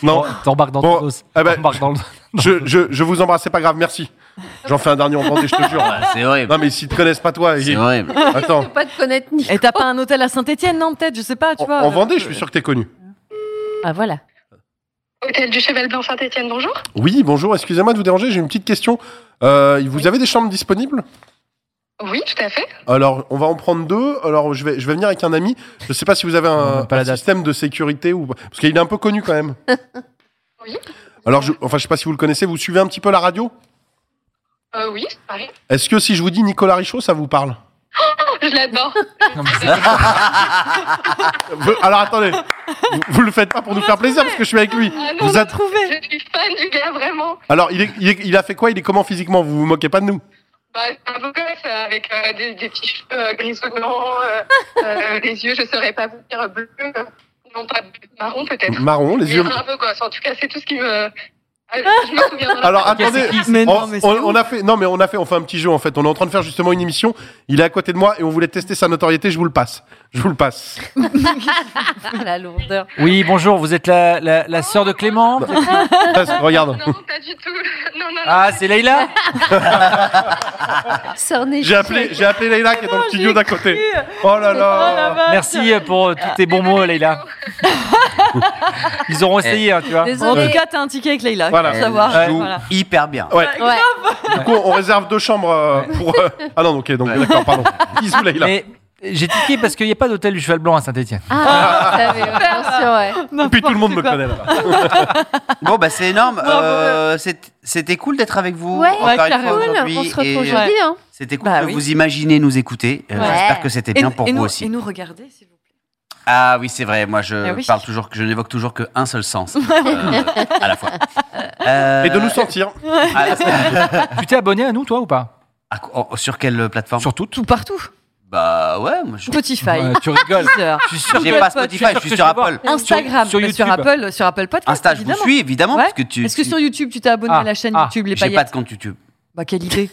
Speaker 9: Non.
Speaker 3: Non.
Speaker 4: T'embarques dans
Speaker 3: Bon,
Speaker 4: ton dos.
Speaker 3: eh ben,
Speaker 4: T'embarques dans le-
Speaker 3: Je, je, je vous embrasse, c'est pas grave, merci. J'en fais un dernier en bandé, je te jure.
Speaker 6: Ah, C'est horrible.
Speaker 3: Non mais s'ils te connaissent pas toi,
Speaker 6: C'est
Speaker 3: ils-
Speaker 6: horrible.
Speaker 3: attends.
Speaker 7: Pas de connaître ni.
Speaker 2: Et t'as pas un hôtel à Saint-Etienne, non Peut-être, je sais pas. Tu
Speaker 3: En,
Speaker 2: vois,
Speaker 3: en
Speaker 2: euh,
Speaker 3: Vendée, je suis sûr que t'es connu.
Speaker 7: Ah, voilà.
Speaker 9: Hôtel du Cheval Blanc Saint-Etienne, bonjour.
Speaker 3: Oui, bonjour, excusez-moi de vous déranger, j'ai une petite question. Euh, vous avez des chambres disponibles
Speaker 9: Oui, tout à fait.
Speaker 3: Alors, on va en prendre deux. Alors, je vais, je vais venir avec un ami. Je sais pas si vous avez un,
Speaker 4: Non, pas la
Speaker 3: un
Speaker 4: date.
Speaker 3: système de sécurité ou pas. Parce qu'il est un peu connu quand même.
Speaker 9: Oui.
Speaker 3: Alors, je, enfin, je sais pas si vous le connaissez, vous suivez un petit peu la radio
Speaker 9: Euh, oui, c'est pareil.
Speaker 3: Est-ce que si je vous dis Nicolas Richaud, ça vous parle
Speaker 9: <laughs> Je l'adore.
Speaker 4: Non, mais c'est-
Speaker 3: Vous- Alors, attendez. Vous, vous le faites pas pour nous faire plaisir parce que je suis avec lui.
Speaker 9: Ah non,
Speaker 3: Vous êtes...
Speaker 2: Trouvé.
Speaker 9: je suis fan du gars, vraiment.
Speaker 3: Alors, il, est- il, est- il a fait quoi Il est comment physiquement Vous vous moquez pas de nous
Speaker 9: Bah, c'est un beau gosse euh, avec euh, des, des petits cheveux euh, grisonnants, <laughs> euh, euh, les yeux, je saurais pas vous dire bleus, euh, non pas bleus, marron peut-être.
Speaker 3: Marron, les
Speaker 9: Mais
Speaker 2: <laughs>
Speaker 3: yeux.
Speaker 9: un beau gosse, en tout cas, c'est tout ce qui me. Ah, Je me souviens.
Speaker 3: Alors, attendez.
Speaker 2: Mais non,
Speaker 3: On,
Speaker 2: mais c'est
Speaker 3: on- on
Speaker 2: ouf.
Speaker 3: a fait, non mais on a fait, on fait un petit jeu en fait. On est en train de faire justement une émission. Il est à côté de moi et on voulait tester sa notoriété. Je vous le passe. Je vous le passe.
Speaker 7: Ah, la lourdeur.
Speaker 4: Oui, bonjour, vous êtes la, la, la sœur de Clément
Speaker 2: <laughs>
Speaker 3: Passe, regarde.
Speaker 9: Non, pas du tout. <laughs> Non, non, non.
Speaker 4: Ah, c'est Leïla
Speaker 7: Cerné.
Speaker 3: J'ai appelé, j'ai appelé Leïla qui est dans le
Speaker 2: Non,
Speaker 3: studio
Speaker 2: j'ai
Speaker 3: d'à côté.
Speaker 2: cru.
Speaker 3: Oh
Speaker 2: Oh la
Speaker 3: là là.
Speaker 2: vache.
Speaker 4: Merci pour euh, tous tes bons mots, Leïla. Ils auront essayé, hein, tu vois.
Speaker 2: En tout
Speaker 7: Désolé.
Speaker 2: cas, t'as un ticket avec Leïla.
Speaker 3: Voilà.
Speaker 2: Pour savoir.
Speaker 4: Ouais.
Speaker 2: Voilà.
Speaker 6: Hyper
Speaker 3: <laughs>
Speaker 6: bien.
Speaker 3: Ouais.
Speaker 7: Ouais.
Speaker 3: Du coup, on réserve deux chambres euh, pour. euh, Ah non, ok, donc d'accord, pardon. Bisous Leïla.
Speaker 4: Mais j'ai tiqué parce qu'il n'y a pas d'hôtel du cheval blanc à Saint-Etienne.
Speaker 7: Ah, ça va, attention, ouais.
Speaker 3: Et puis tout le monde me
Speaker 2: N'importe
Speaker 3: connaît là.
Speaker 6: Bon, bah, c'est énorme. Euh, c'est- C'était cool d'être avec vous.
Speaker 7: Ouais,
Speaker 6: encore
Speaker 2: ouais,
Speaker 6: une
Speaker 2: carrément.
Speaker 6: fois
Speaker 7: Cool,
Speaker 6: aujourd'hui.
Speaker 7: on se retrouve
Speaker 6: Et, euh,
Speaker 7: aujourd'hui, hein.
Speaker 6: C'était cool
Speaker 2: Bah
Speaker 6: que
Speaker 2: oui.
Speaker 6: vous imaginez nous écouter. Euh,
Speaker 7: Ouais.
Speaker 6: J'espère que c'était
Speaker 2: Et,
Speaker 6: bien pour
Speaker 2: et
Speaker 6: vous
Speaker 2: nous,
Speaker 6: aussi.
Speaker 2: Et nous regarder, s'il vous plaît.
Speaker 6: Ah oui, c'est vrai. Moi, je
Speaker 2: Ah oui.
Speaker 6: parle toujours, que- je n'évoque toujours qu'un seul
Speaker 2: <laughs>
Speaker 6: sens euh, à la fois. Euh,
Speaker 3: Et de
Speaker 2: <laughs>
Speaker 3: nous sentir.
Speaker 6: à <laughs> la-
Speaker 4: Tu t'es abonné à nous, toi, ou pas
Speaker 6: à quoi- oh, sur quelle plateforme
Speaker 4: Sur toutes
Speaker 2: Tout partout.
Speaker 6: Bah ouais, moi, je-
Speaker 2: Spotify.
Speaker 4: Ouais, Tu rigoles.
Speaker 2: Deezer,
Speaker 4: Je suis sûr
Speaker 6: j'ai
Speaker 4: que-
Speaker 6: pas
Speaker 4: je suis
Speaker 6: Spotify,
Speaker 4: sûr
Speaker 6: je
Speaker 4: que
Speaker 6: suis sur
Speaker 4: vais voir.
Speaker 6: Apple.
Speaker 2: Instagram,
Speaker 4: sur
Speaker 2: mais sur,
Speaker 4: YouTube.
Speaker 2: Apple, sur Apple Podcast.
Speaker 6: Insta, je vous
Speaker 2: évidemment.
Speaker 6: suis évidemment
Speaker 2: Ouais.
Speaker 6: parce que tu.
Speaker 2: Est-ce que
Speaker 6: tu-
Speaker 2: sur YouTube, tu t'es abonné
Speaker 4: Ah,
Speaker 2: à la chaîne
Speaker 4: ah,
Speaker 2: YouTube Les
Speaker 6: J'ai pas de
Speaker 2: Paillettes
Speaker 6: compte YouTube.
Speaker 2: Bah, quelle idée.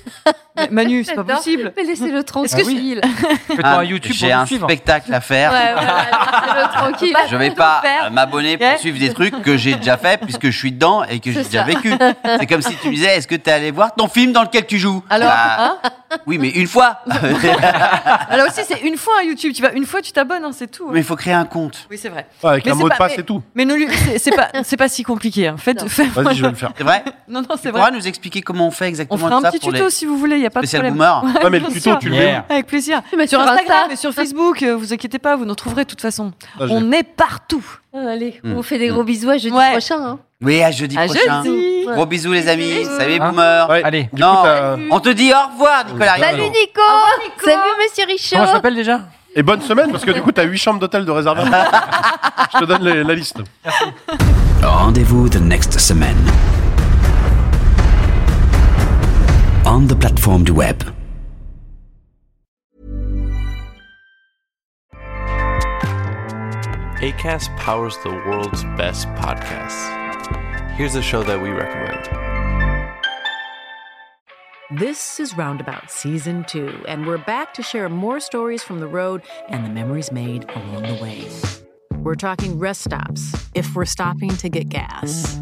Speaker 2: Mais Manu, c'est pas
Speaker 7: J'adore.
Speaker 2: possible.
Speaker 7: Mais laissez-le Ah
Speaker 4: Est-ce que
Speaker 7: tranquille.
Speaker 4: Fais-toi
Speaker 6: Ah,
Speaker 4: un YouTube pour
Speaker 6: J'ai un
Speaker 4: nous suivre.
Speaker 6: spectacle à
Speaker 7: Ouais,
Speaker 6: faire.
Speaker 7: voilà, Ah, laissez-le tranquille.
Speaker 6: Je vais pas
Speaker 2: faire.
Speaker 6: euh, m'abonner pour
Speaker 2: Ouais.
Speaker 6: suivre des trucs que j'ai déjà fait puisque je suis dedans et que j'ai
Speaker 7: C'est
Speaker 6: déjà
Speaker 7: ça.
Speaker 6: vécu. C'est comme si tu me disais est-ce que t'es allé voir ton film dans lequel tu joues
Speaker 2: Alors, hein?
Speaker 6: Bah, Oui, mais une
Speaker 2: <laughs>
Speaker 6: fois.
Speaker 2: Là aussi, c'est une fois à YouTube. Tu vas une fois, tu t'abonnes, hein, c'est tout. hein.
Speaker 6: mais il faut créer un compte.
Speaker 2: Oui, c'est vrai.
Speaker 3: Ouais, Avec
Speaker 2: Mais
Speaker 3: un
Speaker 2: c'est
Speaker 3: mot de
Speaker 2: pas-
Speaker 3: passe
Speaker 2: mais-
Speaker 3: et tout.
Speaker 2: Mais ne lui, c'est- c'est pas, c'est pas si compliqué. hein. Faites,
Speaker 7: Non.
Speaker 2: faites-
Speaker 3: Vas-y, je vais le faire.
Speaker 6: C'est vrai
Speaker 2: Non, non, <laughs> c'est
Speaker 6: Tu
Speaker 2: vrai.
Speaker 6: pourras nous expliquer comment on fait
Speaker 2: On
Speaker 6: exactement
Speaker 2: fera un
Speaker 6: ça
Speaker 2: petit
Speaker 6: pour
Speaker 2: tuto
Speaker 6: les
Speaker 2: si vous voulez. Il y a pas de
Speaker 6: spécial
Speaker 2: problème.
Speaker 6: boomer
Speaker 3: Ouais, mais le
Speaker 2: Bien
Speaker 3: tuto,
Speaker 2: sûr.
Speaker 3: tu le mets.
Speaker 4: Yeah.
Speaker 2: Avec plaisir.
Speaker 7: Mais
Speaker 2: Sur
Speaker 7: sur Insta.
Speaker 2: Instagram et sur Facebook, euh, vous inquiétez pas, vous nous trouverez de toute façon.
Speaker 3: où Ah, je l'ai.
Speaker 2: On est partout.
Speaker 7: Ah, Allez,
Speaker 6: Hmm.
Speaker 7: on fait des gros bisous à jeudi
Speaker 2: Ouais.
Speaker 7: prochain. Hein.
Speaker 6: Oui, à jeudi
Speaker 2: À
Speaker 6: prochain.
Speaker 2: jeudi.
Speaker 6: Gros bisous, les amis. Salut,
Speaker 4: Hein
Speaker 6: boomer.
Speaker 3: Ouais,
Speaker 4: Allez.
Speaker 3: du
Speaker 6: Non. euh,
Speaker 3: coup, t'as-
Speaker 6: On te dit au revoir, Nicolas. Rigaud.
Speaker 7: Salut Nico Salut Monsieur
Speaker 4: Comment je
Speaker 7: Richaud
Speaker 4: m'appelle déjà
Speaker 3: Et bonne semaine, parce que du coup, t'as 8 chambres d'hôtel de réservation. Je te donne les- la liste.
Speaker 10: Rendez-vous de next semaine. On the platform du web.
Speaker 9: ACAST powers the world's best podcasts. Here's a show that we recommend.
Speaker 2: This is Roundabout Season 2, and we're back to share more stories from the road and the memories made along the way. We're talking rest stops. If we're stopping to get gas,